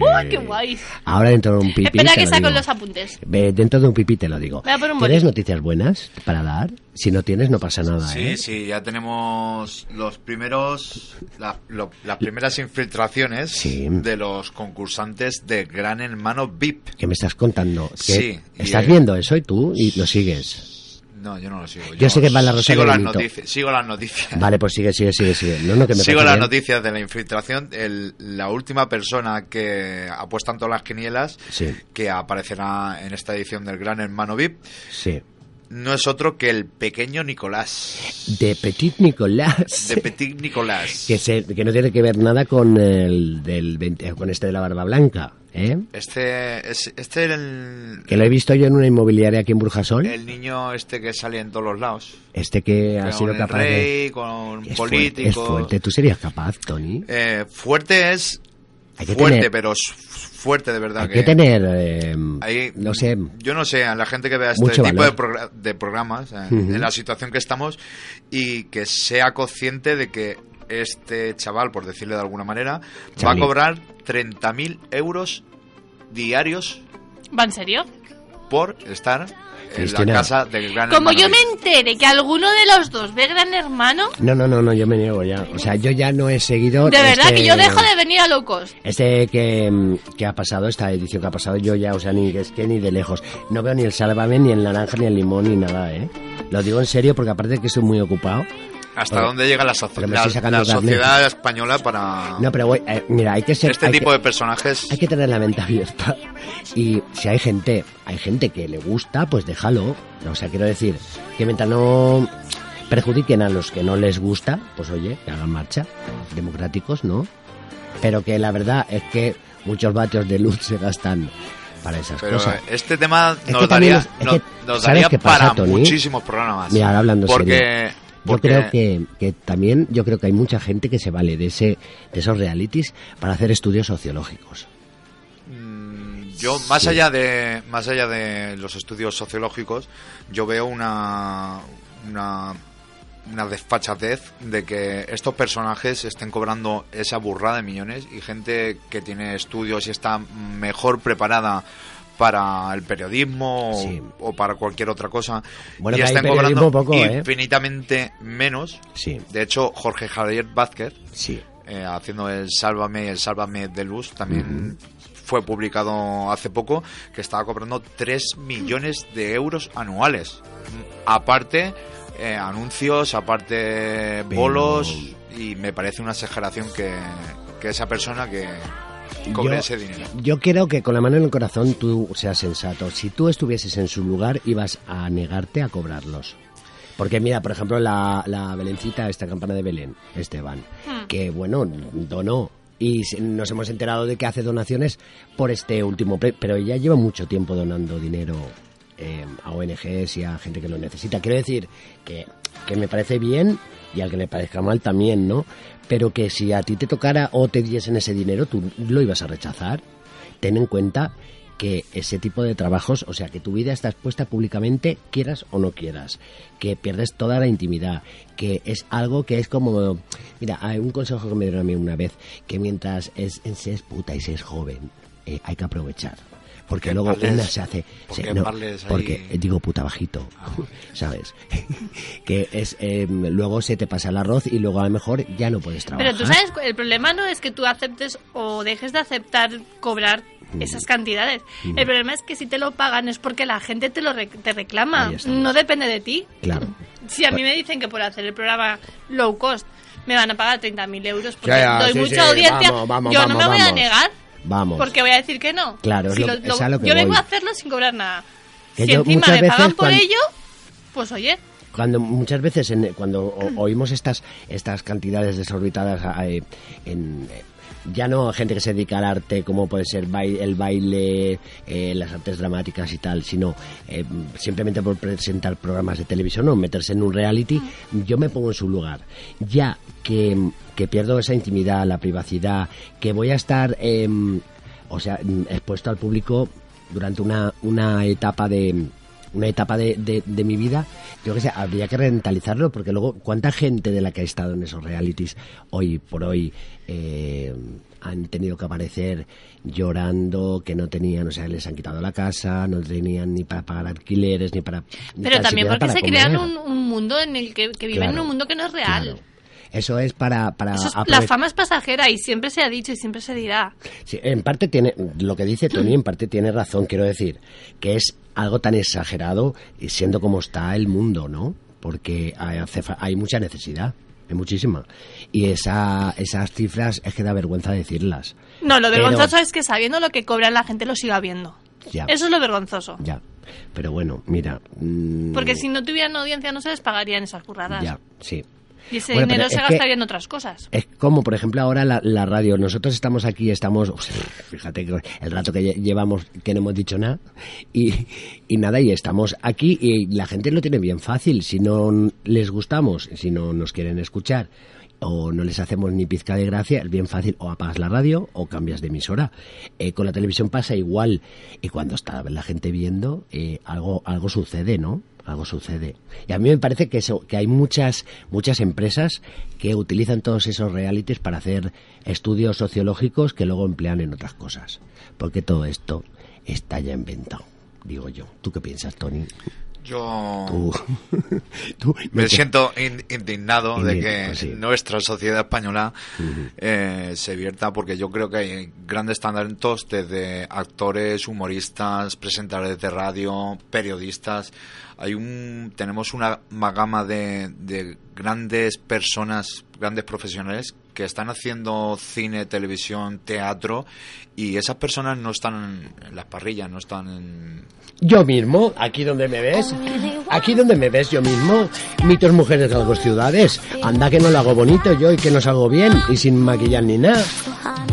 D: ¡Uy, qué guay!
B: Ahora dentro de un pipí.
D: Espera
B: te
D: que
B: lo
D: saco
B: digo.
D: los apuntes.
B: Ve, Dentro de un pipí te lo digo.
D: Voy a por un
B: ¿Tienes
D: bolígrafo.
B: noticias buenas para dar? Si no tienes, no pasa nada,
C: Sí,
B: ¿eh?
C: sí, ya tenemos los primeros, la- lo- las primeras infiltraciones
B: Sí.
C: de los concursantes de Gran Hermano VIP.
B: ¿Qué me estás contando? ¿Qué-
C: Sí, y,
B: ¿Estás
C: eh,
B: viendo eso y tú y lo sigues?
C: No, yo no lo sigo.
B: Yo sé que va la Rosa
C: sigo
B: de
C: las,
B: Benito.
C: noticias, sigo las noticias.
B: Vale, pues sigue, sigue, sigue, sigue. No, no, que me
C: Sigo
B: parece
C: las
B: bien.
C: noticias de la infiltración. El- la última persona que apuestan todas las quinielas
B: Sí,
C: que aparecerá en esta edición del Gran Hermano VIP
B: sí.
C: no es otro que el pequeño Nicolás.
B: De Petit Nicolás.
C: De Petit Nicolás.
B: Que, se- que no tiene que ver nada con el del 20 eh, con este de la barba blanca, ¿eh?
C: Este es este era el,
B: Que lo he visto yo en una inmobiliaria aquí en Burjasol.
C: el niño este que sale en todos los lados.
B: Este que ha
C: Con
B: sido
C: el
B: capaz de...
C: rey, con
B: Es fuerte, es
C: políticos.
B: fuerte. ¿Tú serías capaz, Tony?
C: Eh, fuerte es
B: Hay que
C: fuerte,
B: tener-
C: pero es fuerte de verdad.
B: Hay
C: que
B: que tener... eh,
C: ahí-
B: no sé...
C: Yo no sé, a la gente que vea este
B: Mucho
C: tipo
B: valor.
C: de, progra- de programas, eh,
B: Ujú.
C: en la situación que estamos, y que sea consciente de que este chaval, por decirle de alguna manera,
B: Charlie.
C: va a cobrar 30.000 euros diarios
D: ¿Va en serio?
C: por estar en
B: Cristina.
C: la casa del gran
D: Como
C: hermano
D: yo me
C: Luis.
D: entere que alguno de los dos ve Gran Hermano,
B: No, no, no, no, yo me niego ya. O sea, yo ya no he seguido...
D: de verdad
B: este-
D: que yo dejo de venir a locos.
B: Este que, mm, que ha pasado, esta edición que ha pasado, yo ya, o sea, ni es que ni de lejos. No veo ni el sálvame, ni el naranja, ni el limón, ni nada, ¿eh? Lo digo en serio porque aparte de que estoy muy ocupado.
C: ¿Hasta
B: Pero-
C: dónde llega la, soci-
B: pero me
C: la-
B: estoy sacando
C: la
B: el carnet.
C: sociedad española para
B: No, pero voy- eh, mira, hay que ser...
C: este
B: hay
C: tipo
B: que-
C: de personajes?
B: Hay que tener la mente abierta. Y si hay gente, hay gente que le gusta, pues déjalo. O sea, quiero decir, que mientras no perjudiquen a los que no les gusta, pues oye, que hagan marcha. Democráticos, ¿no? Pero que la verdad es que muchos vatios de luz se gastan para esas
C: Pero
B: cosas.
C: eh, este tema
B: Es que
C: nos
B: también
C: daría,
B: es- es
C: nos,
B: que, ¿sabes
C: nos daría
B: qué pasa,
C: para
B: Tony?
C: muchísimos programas.
B: Mira, ahora hablando en
C: porque,
B: Yo
C: porque
B: creo que, que también, yo creo que hay mucha gente que se vale de ese, de esos realities para hacer estudios sociológicos.
C: mm, yo más
B: Sí.
C: allá de más allá de los estudios sociológicos, yo veo una una una desfachatez de que estos personajes estén cobrando esa burrada de millones y gente que tiene estudios y está mejor preparada para el periodismo o-
B: Sí.
C: o, para cualquier otra cosa
B: Bueno,
C: y
B: que hay
C: están
B: periodismo
C: cobrando
B: poco, ¿eh?
C: infinitamente menos
B: Sí,
C: De hecho, Jorge Javier Vázquez,
B: sí.
C: eh, haciendo el Sálvame, el Sálvame de Luz, también fue publicado hace poco, que estaba cobrando 3 millones de euros anuales. Aparte, eh, anuncios, aparte
B: Pero-
C: bolos, y me parece una exageración que, que esa persona que cobre
B: Yo-
C: ese dinero.
B: Yo creo que con la mano en el corazón tú seas sensato. Si tú estuvieses en su lugar, ibas a negarte a cobrarlos. Porque mira, por ejemplo, la, la Belencita, esta campana de Belén, Esteban, que bueno, donó. Y se- nos hemos enterado de que hace donaciones por este último pre- pero ella lleva mucho tiempo donando dinero eh, a ONGs y a gente que lo necesita. Quiero decir que, que me parece bien y al que le parezca mal también, ¿no? Pero que si a ti te tocara o te diesen ese dinero, tú lo ibas a rechazar ten en cuenta que ese tipo de trabajos, o sea, que tu vida está expuesta públicamente, quieras o no quieras, que pierdes toda la intimidad, que es algo que es como, mira, hay un consejo que me dieron a mí una vez, que mientras es, se es puta y se es joven, eh, hay que aprovechar. Porque
C: qué
B: luego
C: parles?
B: una se hace...
C: ¿Por
B: se-
C: qué
B: no,
C: parles ahí? Ah,
B: porque eh, digo puta bajito, ¿sabes? que es eh, luego se te pasa el arroz y luego a lo mejor ya no puedes trabajar.
D: Pero tú sabes, cu- el problema no es que tú aceptes o dejes de aceptar cobrar
B: Mm.
D: esas cantidades. El problema es que si te lo pagan es porque la gente te lo re- te reclama.
B: Ahí está.
D: No depende de ti.
B: Claro.
D: Si a mí me dicen que por hacer el programa low cost me van a pagar 30.000 euros porque
B: Ya, ya,
D: doy
B: sí,
D: mucha
B: sí,
D: audiencia,
B: vamos, vamos,
D: yo no
B: vamos,
D: me voy a
B: vamos.
D: negar
B: Vamos.
D: porque voy a decir que no.
B: Claro, es
D: Si
B: lo-
D: lo-
B: es
D: lo-
B: a lo que
D: yo vengo
B: voy.
D: a hacerlo sin cobrar nada.
B: Que
D: si
B: yo
D: encima
B: muchas
D: me
B: veces
D: pagan por
B: cuan-
D: ello, pues oye,
B: Cuando muchas veces en- cuando o- oímos estas estas cantidades desorbitadas a- eh, en, eh, ya no a gente que se dedica al arte, como puede ser bai- el baile, eh, las artes dramáticas y tal, sino eh, simplemente por presentar programas de televisión o meterse en un reality, yo me pongo en su lugar. Ya que, que pierdo esa intimidad, la privacidad, que voy a estar, eh, o sea, mm, expuesto al público durante una, una etapa de una etapa de, de, de mi vida, yo que sé, habría que rentalizarlo porque luego, ¿cuánta gente de la que ha estado en esos realities hoy por hoy eh, han tenido que aparecer llorando que no tenían, o sea, les han quitado la casa, no tenían ni para pagar alquileres, ni para. ni
D: Pero
B: tan
D: también
B: siquiera
D: porque
B: para
D: se
B: comer.
D: crean un, un mundo en el que, que viven en
B: Claro,
D: un mundo que no es real.
B: Eso es para. para
D: Eso es- la
B: aprove-
D: fama es pasajera y siempre se ha dicho y siempre se dirá.
B: Sí, en parte tiene, lo que dice Tony en parte tiene razón, quiero decir, que es algo tan exagerado y siendo como está el mundo, ¿no? Porque hay, hace fa- hay mucha necesidad, hay muchísima. Y esa, esas cifras es que da vergüenza decirlas.
D: No, lo
B: Pero-
D: vergonzoso es que sabiendo lo que cobran la gente lo siga viendo.
B: Ya.
D: Eso es lo vergonzoso.
B: Ya. Pero bueno, mira. mm,
D: Porque si no tuvieran audiencia no se les pagarían esas curradas.
B: Ya, sí.
D: Y ese
B: Bueno,
D: dinero
B: pero
D: se
B: es que- eh,
D: gastaría en otras cosas.
B: Es como, por ejemplo, ahora la, la radio. Nosotros estamos aquí, estamos. Uf, fíjate que el rato que lle- llevamos que no hemos dicho nada. Y, y nada, y estamos aquí. Y la gente lo tiene bien fácil. Si no les gustamos, si no nos quieren escuchar o no les hacemos ni pizca de gracia, es bien fácil o apagas la radio o cambias de emisora. Eh, con la televisión pasa igual. Y cuando está la gente viendo, eh, algo, algo sucede, ¿no? Algo sucede. Y a mí me parece que, eso, que hay muchas, muchas empresas que utilizan todos esos realities para hacer estudios sociológicos que luego emplean en otras cosas. Porque todo esto está ya inventado, digo yo. ¿Tú qué piensas, Tony?
J: Yo
B: Tú- tú-
J: me siento in- indignado de
B: Indign-
J: que
B: pues sí.
J: nuestra sociedad española eh, se vierta porque yo creo que hay grandes talentos desde actores, humoristas, presentadores de radio, periodistas. Hay un tenemos una ma- gama de, de grandes personas, grandes profesionales que están haciendo cine, televisión, teatro y esas personas no están en las parrillas, no están en
B: Yo mismo, aquí donde me ves, aquí donde me ves yo mismo, mitos mujeres de las dos ciudades. Anda que no lo hago bonito yo y que no salgo bien y sin maquillar ni nada.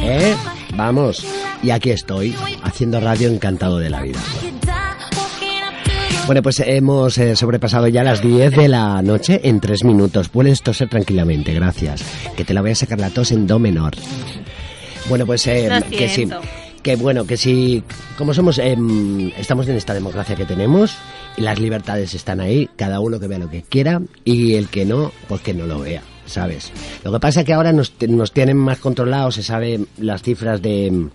B: ¿Eh? Vamos. Y aquí estoy, haciendo radio encantado de la vida. Bueno, pues hemos eh, sobrepasado ya las 10 de la noche en 3 minutos. Puedes toser tranquilamente, gracias. Que te la voy a sacar la tos en do menor. Bueno, pues eh,
K: Lo
B: que sí.
K: siento.
B: Que bueno, que si, como somos, em, estamos en esta democracia que tenemos, y las libertades están ahí, cada uno que vea lo que quiera, y el que no, pues que no lo vea, ¿sabes? Lo que pasa es que ahora nos, te- nos tienen más controlados, se sabe las cifras de, em,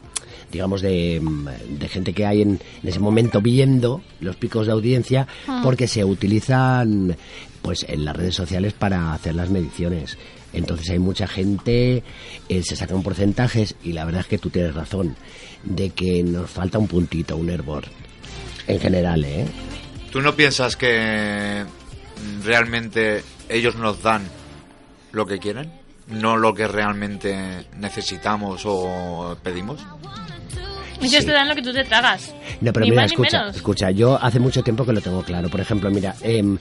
B: digamos, de, em, de gente que hay en, en ese momento viendo los picos de audiencia,
K: Ah.
B: porque se utilizan, pues, en las redes sociales para hacer las mediciones. Entonces hay mucha gente, eh, se sacan porcentajes y la verdad es que tú tienes razón de que nos falta un puntito, un hervor. En general, ¿eh?
J: ¿Tú no piensas que realmente ellos nos dan lo que quieren? No lo que realmente necesitamos o pedimos.
D: Ellos
B: Sí.
D: te dan lo que tú te tragas.
B: No, pero
D: ni
B: mira,
D: más ni
B: escucha,
D: menos.
B: escucha, yo hace mucho tiempo que lo tengo claro. Por ejemplo, mira, em,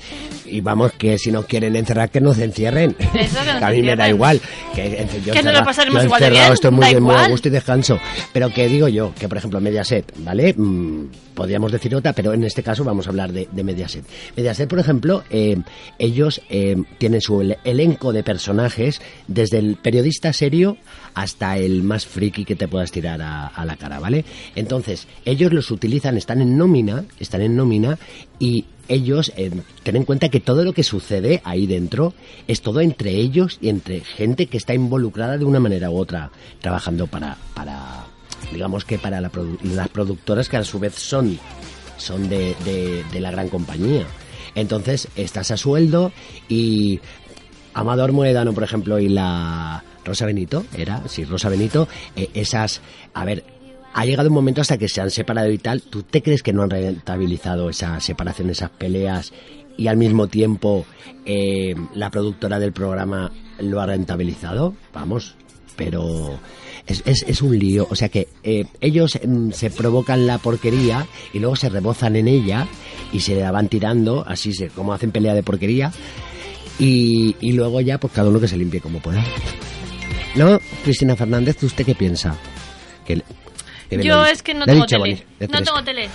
B: y vamos, que si nos quieren encerrar, que nos encierren.
D: Eso, que nos
B: a mí me da
D: encierren.
B: igual. Que, en- yo
D: Que nos lo
B: encerra-
D: pasaremos
B: yo
D: igual de
B: encerrado
D: bien,
B: estoy muy
D: da
B: bien, muy a
D: igual.
B: gusto y descanso. Pero que digo yo, que por ejemplo Mediaset, ¿vale? Mm, podríamos decir otra, pero en este caso vamos a hablar de, de Mediaset. Mediaset, por ejemplo, eh, ellos eh, tienen su ele- elenco de personajes, desde el periodista serio hasta el más friki que te puedas tirar a, a la cara, ¿vale? Entonces, ellos los utilizan, están en nómina, están en nómina y ellos, eh, ten en cuenta que todo lo que sucede ahí dentro es todo entre ellos y entre gente que está involucrada de una manera u otra, trabajando para, para digamos que para la produ- las productoras que a su vez son, son de, de- de la gran compañía. Entonces, estás a sueldo y Amador Moedano, por ejemplo, y la Rosa Benito, era, sí, Rosa Benito, eh, esas, a ver, ha llegado un momento hasta que se han separado y tal, ¿tú te crees que no han rentabilizado esa separación, esas peleas, y al mismo tiempo eh, la productora del programa lo ha rentabilizado? Vamos, pero es, es- es un lío, o sea que eh, ellos mm, se provocan la porquería y luego se rebozan en ella y se la van tirando, así se, como hacen pelea de porquería, y, y luego ya, pues cada uno que se limpie como pueda. No, Cristina Fernández, ¿usted qué piensa? Que le- que le-
D: Yo es que no
B: le he
D: tengo
B: dicho
D: tele.
B: bonito. Ya
D: No
B: tienes-
D: tengo tele.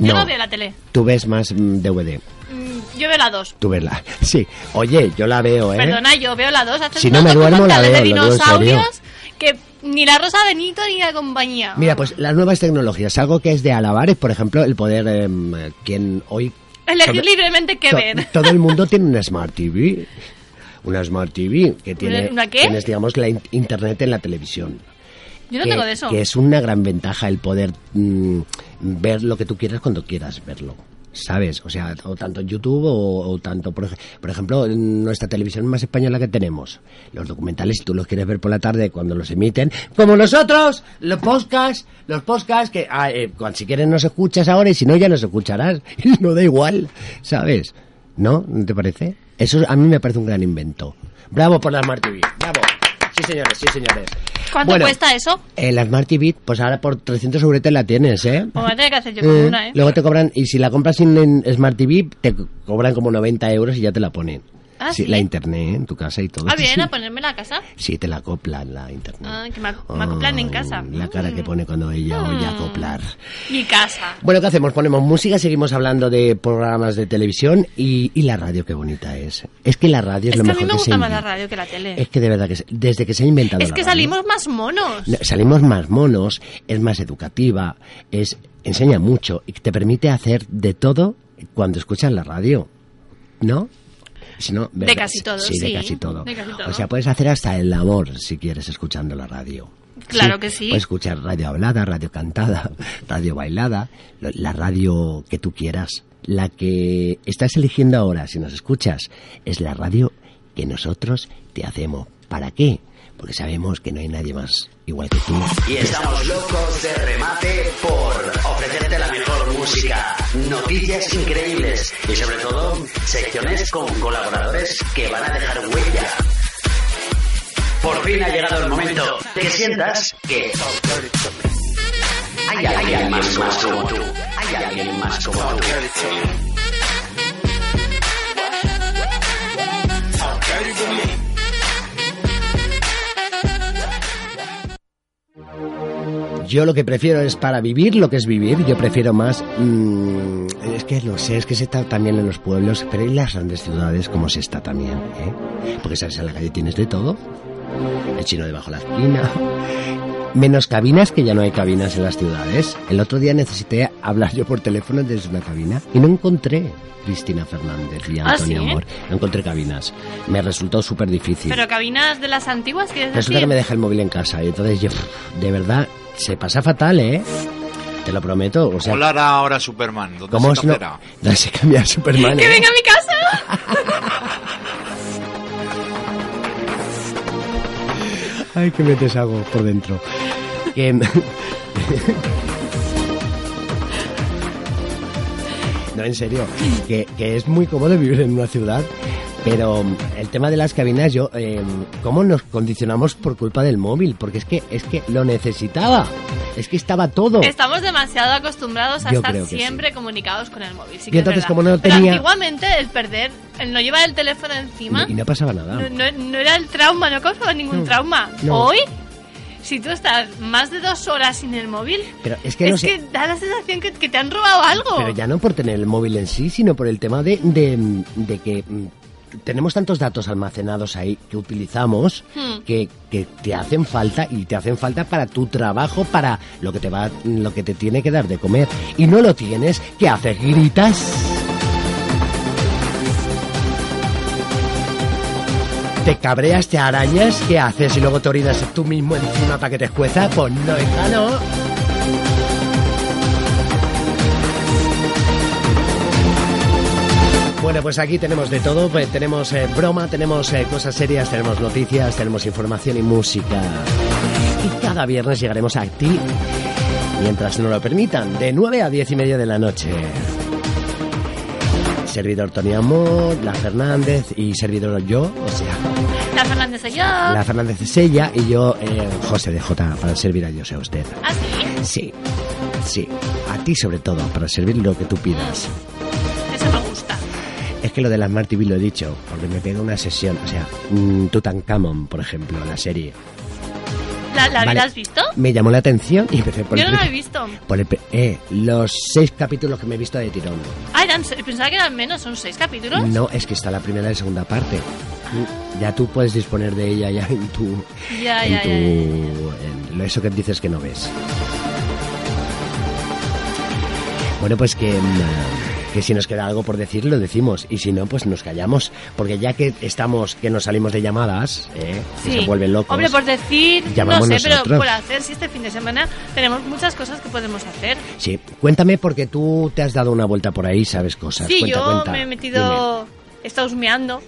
D: Yo
B: No.
D: no veo la tele.
B: Tú ves más mm, DVD.
D: Mm, Yo veo la 2.
B: Tú verla. Sí. Oye, yo la veo, ¿eh?
D: Perdona, yo veo la 2. Haces
B: Si no me
D: unos
B: duermo, la
D: documentales de
B: veo, lo digo en serio.
D: dinosaurios que ni la Rosa Benito ni la compañía.
B: Mira, pues las nuevas tecnologías, algo que es de alabar es, por ejemplo, el poder, em, quien hoy...
D: Elegir
B: sobre-
D: libremente qué
B: to-
D: ver.
B: Todo el mundo tiene una Smart TV. Una Smart TV que tiene...
D: ¿Una qué?
B: Tienes, digamos, la in- Internet en la televisión.
D: Yo no
B: que,
D: tengo de eso.
B: que es una gran ventaja el poder mm, ver lo que tú quieras cuando quieras verlo. ¿Sabes? O sea, o tanto en YouTube o, o tanto, por, ej- por ejemplo, en nuestra televisión más española que tenemos. Los documentales, si tú los quieres ver por la tarde cuando los emiten, como nosotros, los podcasts, los podcasts que ah, eh, cuando si quieres nos escuchas ahora y si no ya nos escucharás. no da igual, ¿sabes? ¿No? ¿No te parece? Eso a mí me parece un gran invento. Bravo por la Smart TV. Bravo. Sí, señores, sí, señores.
D: ¿Cuánto
B: Bueno,
D: cuesta eso?
B: eh, la Smart TV, pues ahora por 300 euretes la tienes, ¿eh?
D: Pues voy a tener que hacer yo como
B: Eh,
D: una, ¿eh?
B: Luego te cobran, y si la compras sin en Smart TV, te co- cobran como 90 euros y ya te la ponen.
D: Ah, ¿sí?
B: La internet ¿eh? en tu casa y todo.
D: Ah, bien,
B: Sí,
D: a ponerme en la casa.
B: Sí, te la acoplan la internet.
D: Ah, que me, ac- me acoplan en
B: Ay,
D: casa. Mm. Ah.
B: La cara que pone cuando ella oye acoplar.
D: Mi casa.
B: Bueno, ¿qué hacemos? Ponemos música, seguimos hablando de programas de televisión y, y la radio, qué bonita es. Es que la radio es,
D: Es
B: lo
D: que a
B: mejor
D: mí me
B: que se
D: gusta más la
B: inventa.
D: radio que la tele.
B: Es que de verdad que se- desde que se ha inventado
D: Es
B: la
D: que
B: radio-
D: salimos más monos.
B: no, salimos más monos, es más educativa, es enseña mucho y te permite hacer de todo cuando escuchas la radio, ¿no? Si no,
D: De
B: ver-
D: casi todo,
B: de
D: sí,
B: casi todo.
D: de casi todo.
B: O sea, puedes hacer hasta el amor si quieres escuchando la radio.
D: Claro que sí.
B: Puedes escuchar radio hablada, radio cantada, radio bailada, lo- la radio que tú quieras. La que estás eligiendo ahora, si nos escuchas, es la radio que nosotros te hacemos. ¿Para qué? Porque sabemos que no hay nadie más igual que tú.
E: Y estamos locos de remate por ofrecerte la mejor música, noticias increíbles y sobre todo secciones con colaboradores que van a dejar huella. Por fin ha llegado el momento de que sientas que hay alguien más como tú. Hay alguien más como tú.
B: Yo lo que prefiero es para vivir lo que es vivir. Yo prefiero más. mm, es que no sé, es que se está también en los pueblos, pero en las grandes ciudades como se está también, ¿eh? Porque sales a la calle tienes de todo. El chino debajo de la esquina. Menos cabinas, que ya no hay cabinas en las ciudades. El otro día necesité hablar yo por teléfono desde una cabina y no encontré Cristina Fernández y
D: ¿Ah,
B: Antonio
D: sí?
B: Amor. No encontré cabinas. Me resultó súper difícil.
D: Pero cabinas de las antiguas, ¿quieres
B: Resulta que
D: decir?
B: me deja el móvil en casa y entonces yo, de verdad, se pasa fatal, ¿eh? Te lo prometo. O sea,
J: Hola ahora Superman. ¿Dónde
B: ¿cómo
J: se
B: es no,
J: cambiará?
B: no se cambia a Superman?
D: ¡Que
B: ¿eh?
D: venga a mi casa!
B: Ay, que me deshago por dentro. Que- no, en serio, que, que es muy cómodo vivir en una ciudad, pero mm, el tema de las cabinas, yo, eh, ¿cómo nos condicionamos por culpa del móvil? Porque es que, es que lo necesitaba, es que estaba todo.
D: Estamos demasiado acostumbrados a
B: Yo
D: estar
B: creo que
D: siempre comunicados con el móvil. sí
B: Y
D: que es
B: entonces,
D: verdad.
B: como no
D: Pero
B: tenía-
D: antiguamente el perder, el no llevar el teléfono encima,
B: y no pasaba nada.
D: no, no- no era el trauma, no causaba ningún
B: No,
D: trauma.
B: no.
D: Hoy, si tú estás más de dos horas sin el móvil,
B: Pero es que no
D: es
B: sé.
D: que da la sensación que, que te han robado algo.
B: Pero ya no por tener el móvil en sí, sino por el tema de, de, de que mm, tenemos tantos datos almacenados ahí que utilizamos
D: Hmm.
B: que, que te hacen falta y te hacen falta para tu trabajo, para lo que te va, lo que te tiene que dar de comer y no lo tienes, ¿qué haces? Gritas. Te cabreas, te arañas, ¿qué haces? Y luego te orinas tú mismo encima para que te escueza, pues no es sano. Bueno, pues aquí tenemos de todo. Pues tenemos eh, broma, tenemos eh, cosas serias, tenemos noticias, tenemos información y música. Y cada viernes llegaremos a ti, mientras nos lo permitan, de 9 a 10 y media de la noche. Servidor Tony Amor, la Fernández y servidor yo, o sea,
D: La Fernández soy yo.
B: la Fernández es ella y yo, eh, José de J, para servir a yo sea usted.
D: ¿Ah,
B: Sí,
D: sí?
B: sí, a ti sobre todo, para servir lo que tú pidas.
D: Eso me gusta.
B: Es que lo de las Smart TV lo he dicho, porque me pega una sesión. O sea, mm, Tutankamón, por ejemplo, la serie.
D: ¿La, la
B: Vale.
D: habías visto?
B: Me llamó la atención y empecé por
D: Yo no
B: el
D: la he
B: pri-
D: visto.
B: por el pri- eh, los seis capítulos que me he visto de tirón.
D: Ah, eran, se- pensaba que eran menos, son seis capítulos.
B: No, es que está la primera y la segunda parte. Mm, Ya tú puedes disponer de ella ya en tu...
D: Ya,
B: en
D: ya,
B: tu-
D: ya, ya.
B: en lo- eso que dices que no ves. Bueno, pues que, mm, que si nos queda algo por decir, lo decimos. Y si no, pues nos callamos. Porque ya que estamos, que nos salimos de llamadas, ¿eh? que se vuelven locos.
D: Hombre, por decir,
B: Llamamos
D: no sé, pero
B: nosotros.
D: por hacer, si este fin de semana tenemos muchas cosas que podemos hacer.
B: Sí, cuéntame porque tú te has dado una vuelta por ahí, sabes cosas.
D: sí,
B: Cuenta,
D: yo
B: cuenta.
D: me he metido, he estado husmeando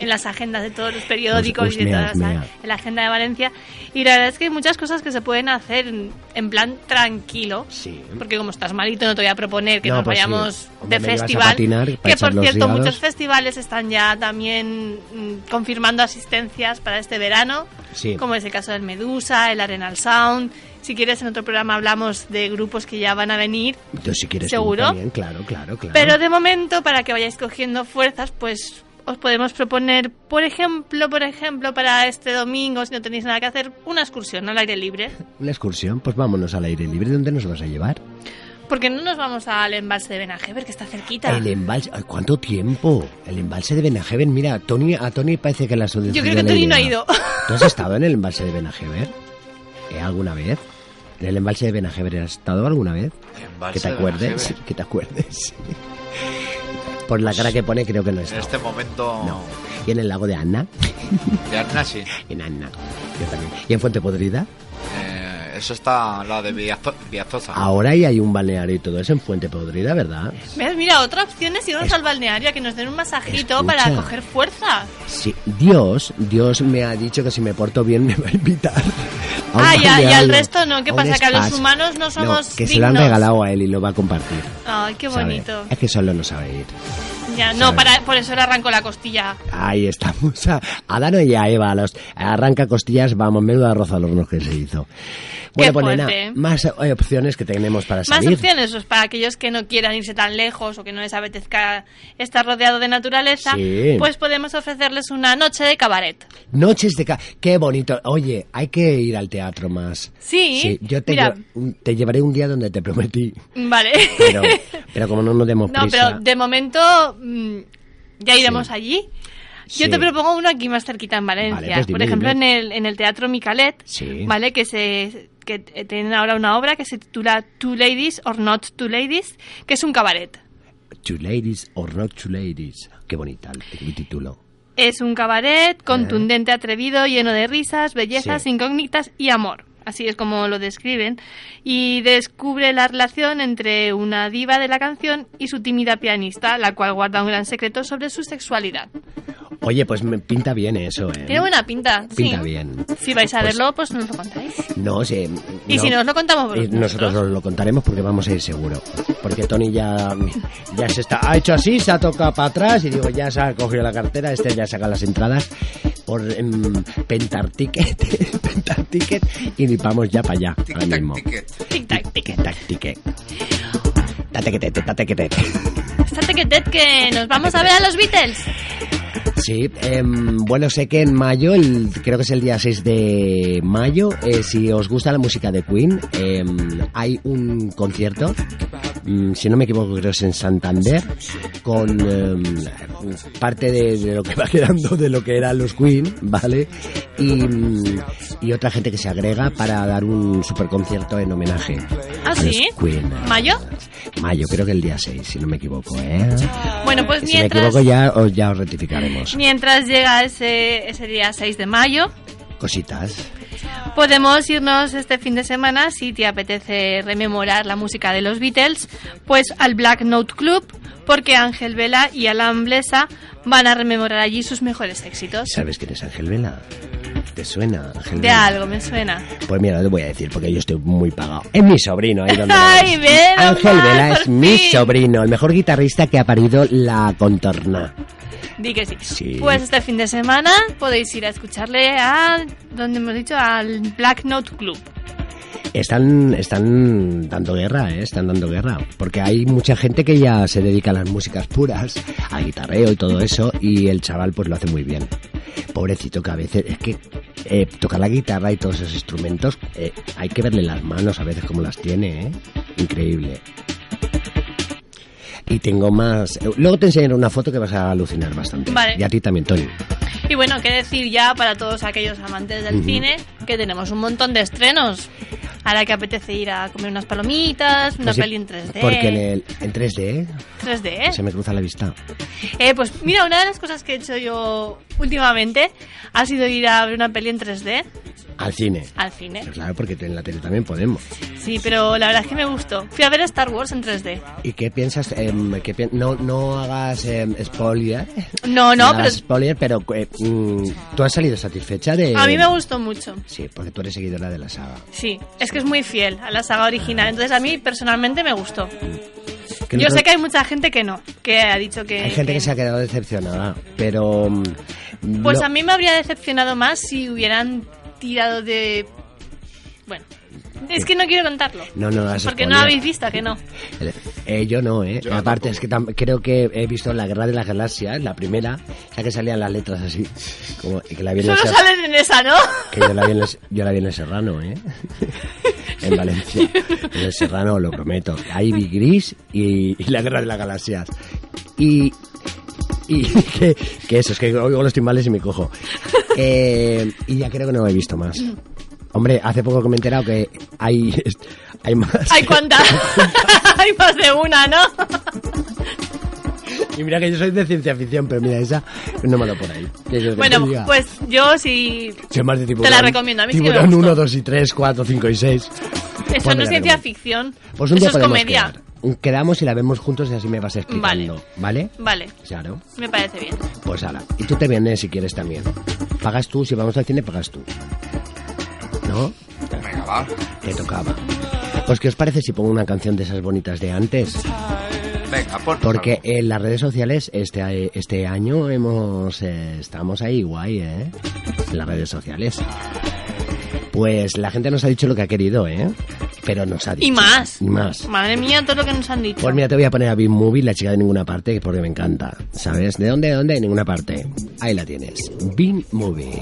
D: en las agendas de todos los periódicos
B: Hus-
D: y de
B: husmea,
D: todas las,
B: husmea.
D: en la agenda de Valencia. Y la verdad es que hay muchas cosas que se pueden hacer en en plan tranquilo.
B: Sí.
D: Porque como estás malito no te voy a proponer que
B: No,
D: nos
B: pues sí.
D: vayamos
B: Hombre,
D: de
B: me llevas a
D: festival.
B: patinar para
D: que
B: echar
D: por
B: los
D: cierto
B: días.
D: muchos festivales están ya también mm, confirmando asistencias para este verano.
B: Sí.
D: Como es el caso del Medusa, el Arenal Sound. Si quieres en otro programa hablamos de grupos que ya van a venir.
B: Entonces, si quieres, tú
D: ¿Seguro?
B: también, claro, claro, claro.
D: Pero de momento, para que vayáis cogiendo fuerzas, pues os podemos proponer, por ejemplo, por ejemplo, para este domingo, si no tenéis nada que hacer, una excursión al aire libre.
B: Una excursión, pues vámonos al aire libre. ¿Dónde nos vas a llevar?
D: Porque no nos vamos al embalse de Benajever, que está cerquita.
B: El embalse. Ay, ¿Cuánto tiempo? El embalse de Benajever. Mira, Tony, a Tony parece que la has
D: Yo creo que Tony no ha ido.
B: ¿Tú has estado en el embalse de Benajever? ¿Eh, ¿Alguna vez? ¿En el embalse de Benajever has estado alguna vez?
J: Embalse
B: que te
J: de
B: acuerdes.
J: Benajever.
B: Que te acuerdes. Por la cara que pone, creo que no
J: En
B: está.
J: este momento.
B: ¿Y en el lago de Anna?
J: De Arna sí.
B: En Anna. Yo también. ¿Y en Fuente Podrida?
J: Eh, eso está la de Villazo- Villazosa.
B: Ahora ahí hay un balneario y todo eso en Fuente Podrida, ¿verdad?
D: ¿Ves? Mira, otra opción es irnos al balneario, a que nos den un masajito
B: Escucha.
D: para coger fuerza.
B: Sí, Dios, Dios me ha dicho que si me porto bien me va a invitar. a un
D: Ah, ya, y al
B: balneario,
D: resto no. ¿Qué
B: a un
D: pasa? Que a los
B: spa.
D: humanos no
B: No,
D: somos
B: que
D: dignos.
B: se lo han regalado a él y lo va a compartir.
D: Ay, qué
B: ¿sabe?
D: bonito.
B: Es que solo no sabe ir.
D: Ya, no,
B: sabe.
D: para, por eso le arranco la costilla.
B: Ahí estamos. A, a Dano y a Eva, a los arranca costillas, vamos, menudo arroz al horno que se hizo. Bueno, pues nena,
D: fuerte.
B: más eh, opciones que tenemos para
D: Más
B: salir.
D: opciones pues, para aquellos que no quieran irse tan lejos o que no les apetezca estar rodeado de naturaleza,
B: Sí.
D: pues podemos ofrecerles una noche de cabaret.
B: Noches de ca Qué bonito. Oye, hay que ir al teatro más.
D: Sí,
B: yo te,
D: mira.
B: lle- te llevaré un día donde te prometí.
D: Vale.
B: Pero, pero como no nos demos
D: no,
B: prisa.
D: pero de momento mm, ya iremos allí. Yo
B: Sí.
D: te propongo uno aquí más cerquita en Valencia,
B: Vale, pues
D: por
B: dime,
D: ejemplo en
B: dime.
D: el, en el Teatro Micalet,
B: Sí.
D: ¿vale? Que se que eh, tienen ahora una obra que se titula Two Ladies or Not Two Ladies, que es un cabaret.
B: Two ladies or not two ladies. Qué bonita el el título.
D: Es un cabaret contundente, atrevido, lleno de risas, bellezas,
B: Eh. Sí.
D: incógnitas y amor. Así es como lo describen. Y descubre la relación entre una diva de la canción y su tímida pianista, la cual guarda un gran secreto sobre su sexualidad.
B: Oye, pues me pinta bien eso, ¿eh?
D: Tiene buena pinta.
B: Pinta
D: sí.
B: bien.
D: Si vais a
B: Pues-
D: verlo, pues nos lo contáis.
B: No sé.
D: Y si no os lo contamos
B: Eh,
D: vosotros.
B: Nosotros os lo contaremos porque vamos a ir seguro. Porque Tony ya, ya se está, ha hecho así, se ha tocado para atrás y digo, ya se ha cogido la cartera, este ya saca las entradas por em, Pentar Ticket, Pentar Ticket y vamos ya para allá. ahora mismo.
D: Tic tac, tic.
B: Tic tac ticket. Date que te, date que te.
D: Estate que tet, que nos vamos a ver a los Beatles.
B: Sí, em, bueno, sé que en mayo, el- creo que es el día 6 de mayo, eh, si os gusta la música de Queen, em, hay un concierto, mm, si no me equivoco, creo que es en Santander, con em, parte de, de lo que va quedando de lo que eran los Queen, ¿vale? Y, mm, y otra gente que se agrega para dar un super concierto en homenaje.
D: ¿Ah,
B: a los
D: sí?
B: Queen.
D: ¿Mayo?
B: Mayo, creo que el día 6, si no me equivoco, ¿eh?
D: Bueno, pues
B: Si me
D: mientras,
B: equivoco ya os, ya os rectificaremos.
D: mientras llega ese, ese día 6 de mayo,
B: Cositas.
D: Podemos irnos este fin de semana, si te apetece rememorar la música de los Beatles, pues al Black Note Club, porque Ángel Vela y Alan Blesa van a rememorar allí sus mejores éxitos.
B: ¿Sabes quién es Ángel Vela? ¿Te suena Ángel
D: De
B: Vela?
D: algo me suena.
B: Pues mira, te voy a decir porque yo estoy muy pagado. Es mi sobrino ahí donde lo ves.
D: ¡Ay, ve!
B: Ángel
D: nomás,
B: Vela es
D: por
B: mi
D: fin!
B: sobrino, el mejor guitarrista que ha parido la contorna.
D: Di que sí.
B: Sí.
D: Pues este fin de semana podéis ir a escucharle a, donde hemos dicho, al Black Note Club.
B: Están, están dando guerra, ¿eh? Están dando guerra. Porque hay mucha gente que ya se dedica a las músicas puras, al guitarreo y todo eso, y el chaval pues lo hace muy bien. Pobrecito que a veces, es que eh, tocar la guitarra y todos esos instrumentos, eh, hay que verle las manos a veces como las tiene, ¿eh? Increíble. Y tengo más. eh, Luego te enseñaré una foto que vas a alucinar bastante.
D: Vale.
B: Y a ti también, Tony.
D: Y bueno, qué decir ya para todos aquellos amantes del
B: Ujú.
D: cine que tenemos un montón de estrenos. Ahora que apetece ir a comer unas palomitas, una
B: Pues sí,
D: peli en 3D.
B: Porque en, el, en 3D
D: 3D.
B: se me cruza la vista.
D: Eh, pues mira, una de las cosas que he hecho yo últimamente ha sido ir a ver una peli en 3D
B: Al cine.
D: al cine.
B: Claro, porque en la tele también podemos.
D: Sí, pero la verdad es que me gustó. Fui a ver Star Wars en 3D.
B: ¿Y qué piensas? em, qué pi- no, no hagas em, spoiler.
D: No, no,
B: hagas
D: pero
B: spoiler, pero eh, mm, tú has salido satisfecha de.
D: a mí me gustó mucho.
B: Sí, porque tú eres seguidora de la saga.
D: Sí, es que es muy fiel a la saga original. Entonces a mí personalmente me gustó.
B: Que
D: Yo
B: nosotros-
D: sé que hay mucha gente que no, que ha dicho que...
B: Hay gente que se ha quedado decepcionada, pero. mm,
D: Pues
B: lo-
D: a mí me habría decepcionado más si hubieran tirado de... Bueno, es que no quiero contarlo.
B: No, no, hagas
D: Porque no
B: spoiler.
D: habéis visto, ¿a que no.
B: Eh, yo no, ¿eh? Aparte, es que tam- creo que he visto La Guerra de las Galaxias, la primera, la que salían las letras así. Como, que la vi en el
D: Solo
B: Ser-
D: salen en esa, ¿no?
B: que yo la vi en el, yo la vi en el Serrano, ¿eh? en Valencia. En el Serrano, lo prometo. Ahí vi Gris y, y La Guerra de las Galaxias. Y. Y que, que eso, es que oigo los timbales y me cojo. Eh, y ya creo que no lo he visto más. Hombre, hace poco que me he enterado que hay, hay más.
D: Hay cuántas. Hay más de una, ¿no?
B: Y mira que yo soy de ciencia ficción, pero mira, esa no me lo por ahí. Que yo te
D: Bueno,
B: diga.
D: pues yo sí...
B: Soy más de tiburón.
D: te la recomiendo, a mí sí que me
B: Tiburón
D: gustó.
B: 1, 2 y 3, 4, 5 y 6.
D: Eso no es ciencia ficción.
B: Pues un
D: eso
B: día
D: es
B: podemos
D: comedia.
B: quedar. Quedamos y la vemos juntos y así me vas explicando. ¿Vale?
D: Vale,
B: Claro.
D: me parece bien.
B: Pues ahora. Y tú te vienes si quieres también. Pagas tú, si vamos al cine, pagas tú. ¿No?
C: Venga, va.
B: Te tocaba. Pues, ¿qué os parece si pongo una canción de esas bonitas de antes?
C: Venga,
J: pues,
C: por
B: Porque en las redes sociales este, este año hemos eh, estamos ahí guay, ¿eh? En las redes sociales. Pues la gente nos ha dicho lo que ha querido, ¿eh? Pero nos ha dicho.
D: Y más.
B: Y más.
D: Madre mía, todo lo que nos han dicho.
B: Pues mira, te voy a poner a Big Movie, la chica de ninguna parte, porque me encanta. ¿Sabes? ¿De dónde? ¿De dónde? De ninguna parte. Ahí la tienes. Big Movie.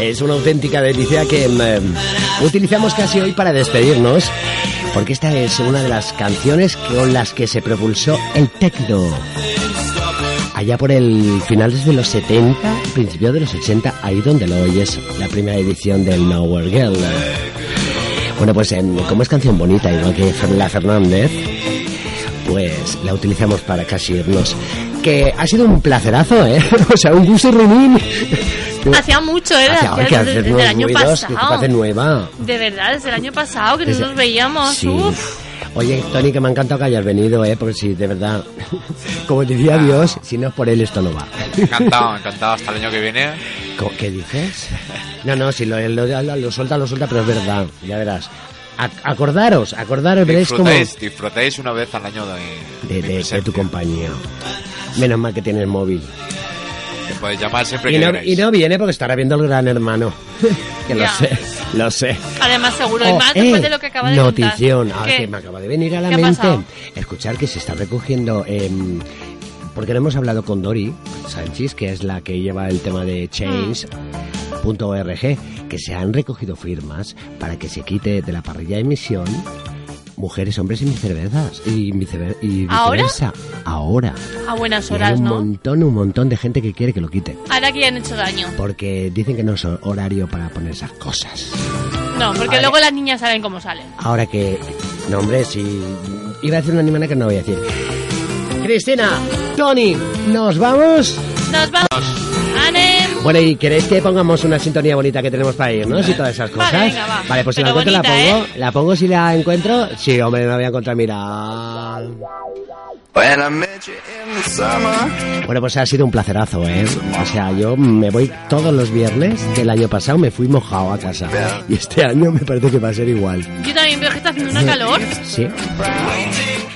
B: Es una auténtica delicia que eh, utilizamos casi hoy para despedirnos, porque esta es una de las canciones con las que se propulsó el techno. Allá por el finales de los 70, principios de los 80, ahí donde lo oyes, la primera edición del Nowhere Girl. Bueno, pues eh, como es canción bonita, igual que la Fernández, pues la utilizamos para casi irnos. Que ha sido un placerazo, ¿eh? o sea, un gusto ruinín.
D: Hacía mucho, ¿eh?
B: Hacía-
D: Hacía-
B: que hacer
D: desde, desde
B: nuevos
D: el año
B: ruidos, que te
D: pasado.
B: parece nueva.
D: De verdad, desde el año pasado que
B: Desde-
D: no nos veíamos.
B: Sí.
D: Uf.
B: Oye, Tony, que me ha encantado que hayas venido, ¿eh? Porque si de verdad, como decía
D: Ah.
B: Dios, si no es por él esto no va.
C: Encantado, encantado. Hasta el año que viene.
B: Co- ¿Qué dices? No, no, si lo, lo- lo- lo suelta, lo suelta, pero es verdad, ya verás. Ac- acordaros, acordaros, veréis como
C: Disfrutéis, disfrutéis una vez al año de,
B: de, de- de tu compañía. Menos mal que tienes móvil.
C: que podéis llamar siempre
B: Y
C: que
B: no,
C: queráis.
B: y no viene porque estará viendo el gran hermano. que lo
D: Ya.
B: sé, lo sé.
D: Además, seguro. y
B: Oh,
D: más después
B: eh,
D: de lo que acaba de
B: Notición, Ah,
D: contar.
B: ahora
D: ¿Qué?
B: que me acaba de venir a la
D: ¿Qué ha
B: mente.
D: pasado?
B: Escuchar que se está recogiendo. em, porque no hemos hablado con Dori Sánchez, que es la que lleva el tema de Change.org, que se han recogido firmas para que se quite de la parrilla de emisión mujeres, hombres y mis cervezas. Y, vicever- y
D: ¿Ahora?
B: viceversa. Ahora.
D: A buenas
B: Y hay
D: horas,
B: un
D: ¿no?
B: montón, un montón de gente que quiere que lo quite.
D: Ahora que ya han hecho daño.
B: Porque dicen que no es horario para poner esas cosas.
D: No, porque luego las niñas saben cómo salen.
B: Ahora que. No, hombre, si. Iba a decir una animana que no voy a decir. Cristina, Tony, ¿nos vamos?
D: Nos vamos. ¡Anem!
B: Bueno, ¿y queréis que pongamos una sintonía bonita que tenemos para irnos y todas esas cosas? Vale,
D: venga, va.
B: pues si la
D: Pero
B: encuentro la
D: bonita, ¿eh?
B: pongo. La pongo si la encuentro. Sí, hombre, no la voy a encontrar, mira.
A: When I met you in the summer.
B: Bueno, pues ha sido un placerazo, ¿eh? O sea, yo me voy todos los viernes. El año pasado me fui mojado a casa. Y este año me parece que va a ser igual.
D: Yo también veo que está haciendo una calor.
B: Sí.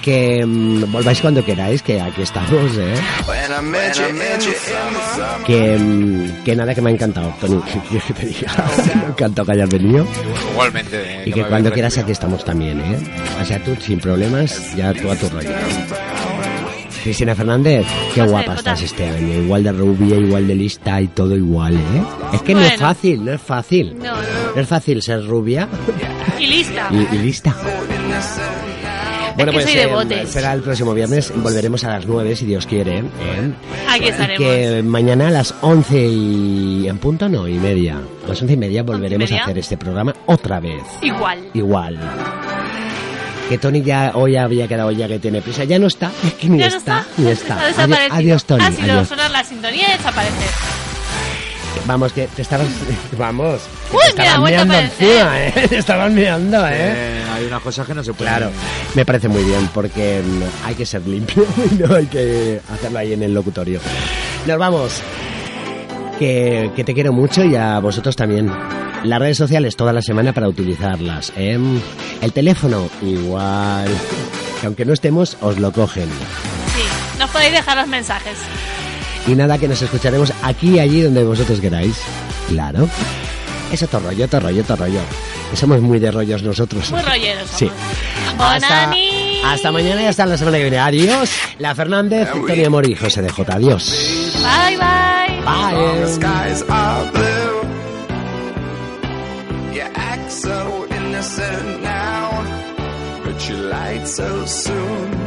B: Que mm, volváis cuando queráis, que aquí estamos, ¿eh?
A: When I met you in the summer.
B: Que, mm, que nada, que me ha encantado, Tony. ¿Qué quieres que te diga? me ha encantado que hayas venido.
C: Igualmente. eh,
B: Y
C: me
B: que
C: habéis
B: cuando
C: recibido.
B: quieras aquí estamos también, ¿eh? O sea, tú sin problemas, ya tú a tu rollo. Cristina Fernández, qué guapa estás este año. Igual de rubia, igual de lista y todo igual, ¿eh? Es que no es
D: Bueno.
B: fácil, no es fácil.
D: No,
B: No es fácil ser rubia
D: Y lista.
B: y, y lista. Bueno,
D: que
B: pues
D: soy de
B: eh,
D: botes.
B: será el próximo viernes. Volveremos a las 9, si Dios quiere. ¿eh?
D: Aquí
B: Y
D: estaremos.
B: que mañana a las 11 y en punto, no, y media. A las 11 y media volveremos
D: media.
B: a hacer este programa otra vez.
D: Igual.
B: Igual. Que Tony ya hoy había quedado ya que tiene prisa. Ya no está, es que ni
D: Ya no
B: está, ni
D: Ha
B: está. Adiós,
D: desaparecido.
B: adiós, Tony.
D: Ha sido
B: adiós.
D: sonar la sintonía y desaparecer.
B: Vamos, que te estabas. Vamos. que
D: Uy,
B: te
D: me ha
B: estabas
D: vuelto a
B: mirando
D: aparecer.
B: encima, ¿eh? Te estabas mirando, ¿eh?
C: Eh, hay unas cosas que no se pueden.
B: Claro, me parece muy bien porque mm, hay que ser limpio y no hay que hacerlo ahí en el locutorio. Nos vamos. Que, que te quiero mucho y a vosotros también. Las redes sociales toda la semana para utilizarlas. ¿eh? El teléfono, igual. Que aunque no estemos, os lo cogen.
D: Sí. Nos podéis dejar los mensajes.
B: Y nada, que nos escucharemos aquí, allí, donde vosotros queráis. Claro. Es otro rollo, otro rollo, otro rollo. Que somos muy de rollos nosotros.
D: Muy rolleros.
B: Sí. Hasta,
D: Bonani.
B: hasta mañana y hasta la semana que viene. Adiós. La Fernández, Antonio Mori, José de J. Adiós.
D: Bye, bye.
A: All the skies are blue. You act so innocent now, but you lied so soon.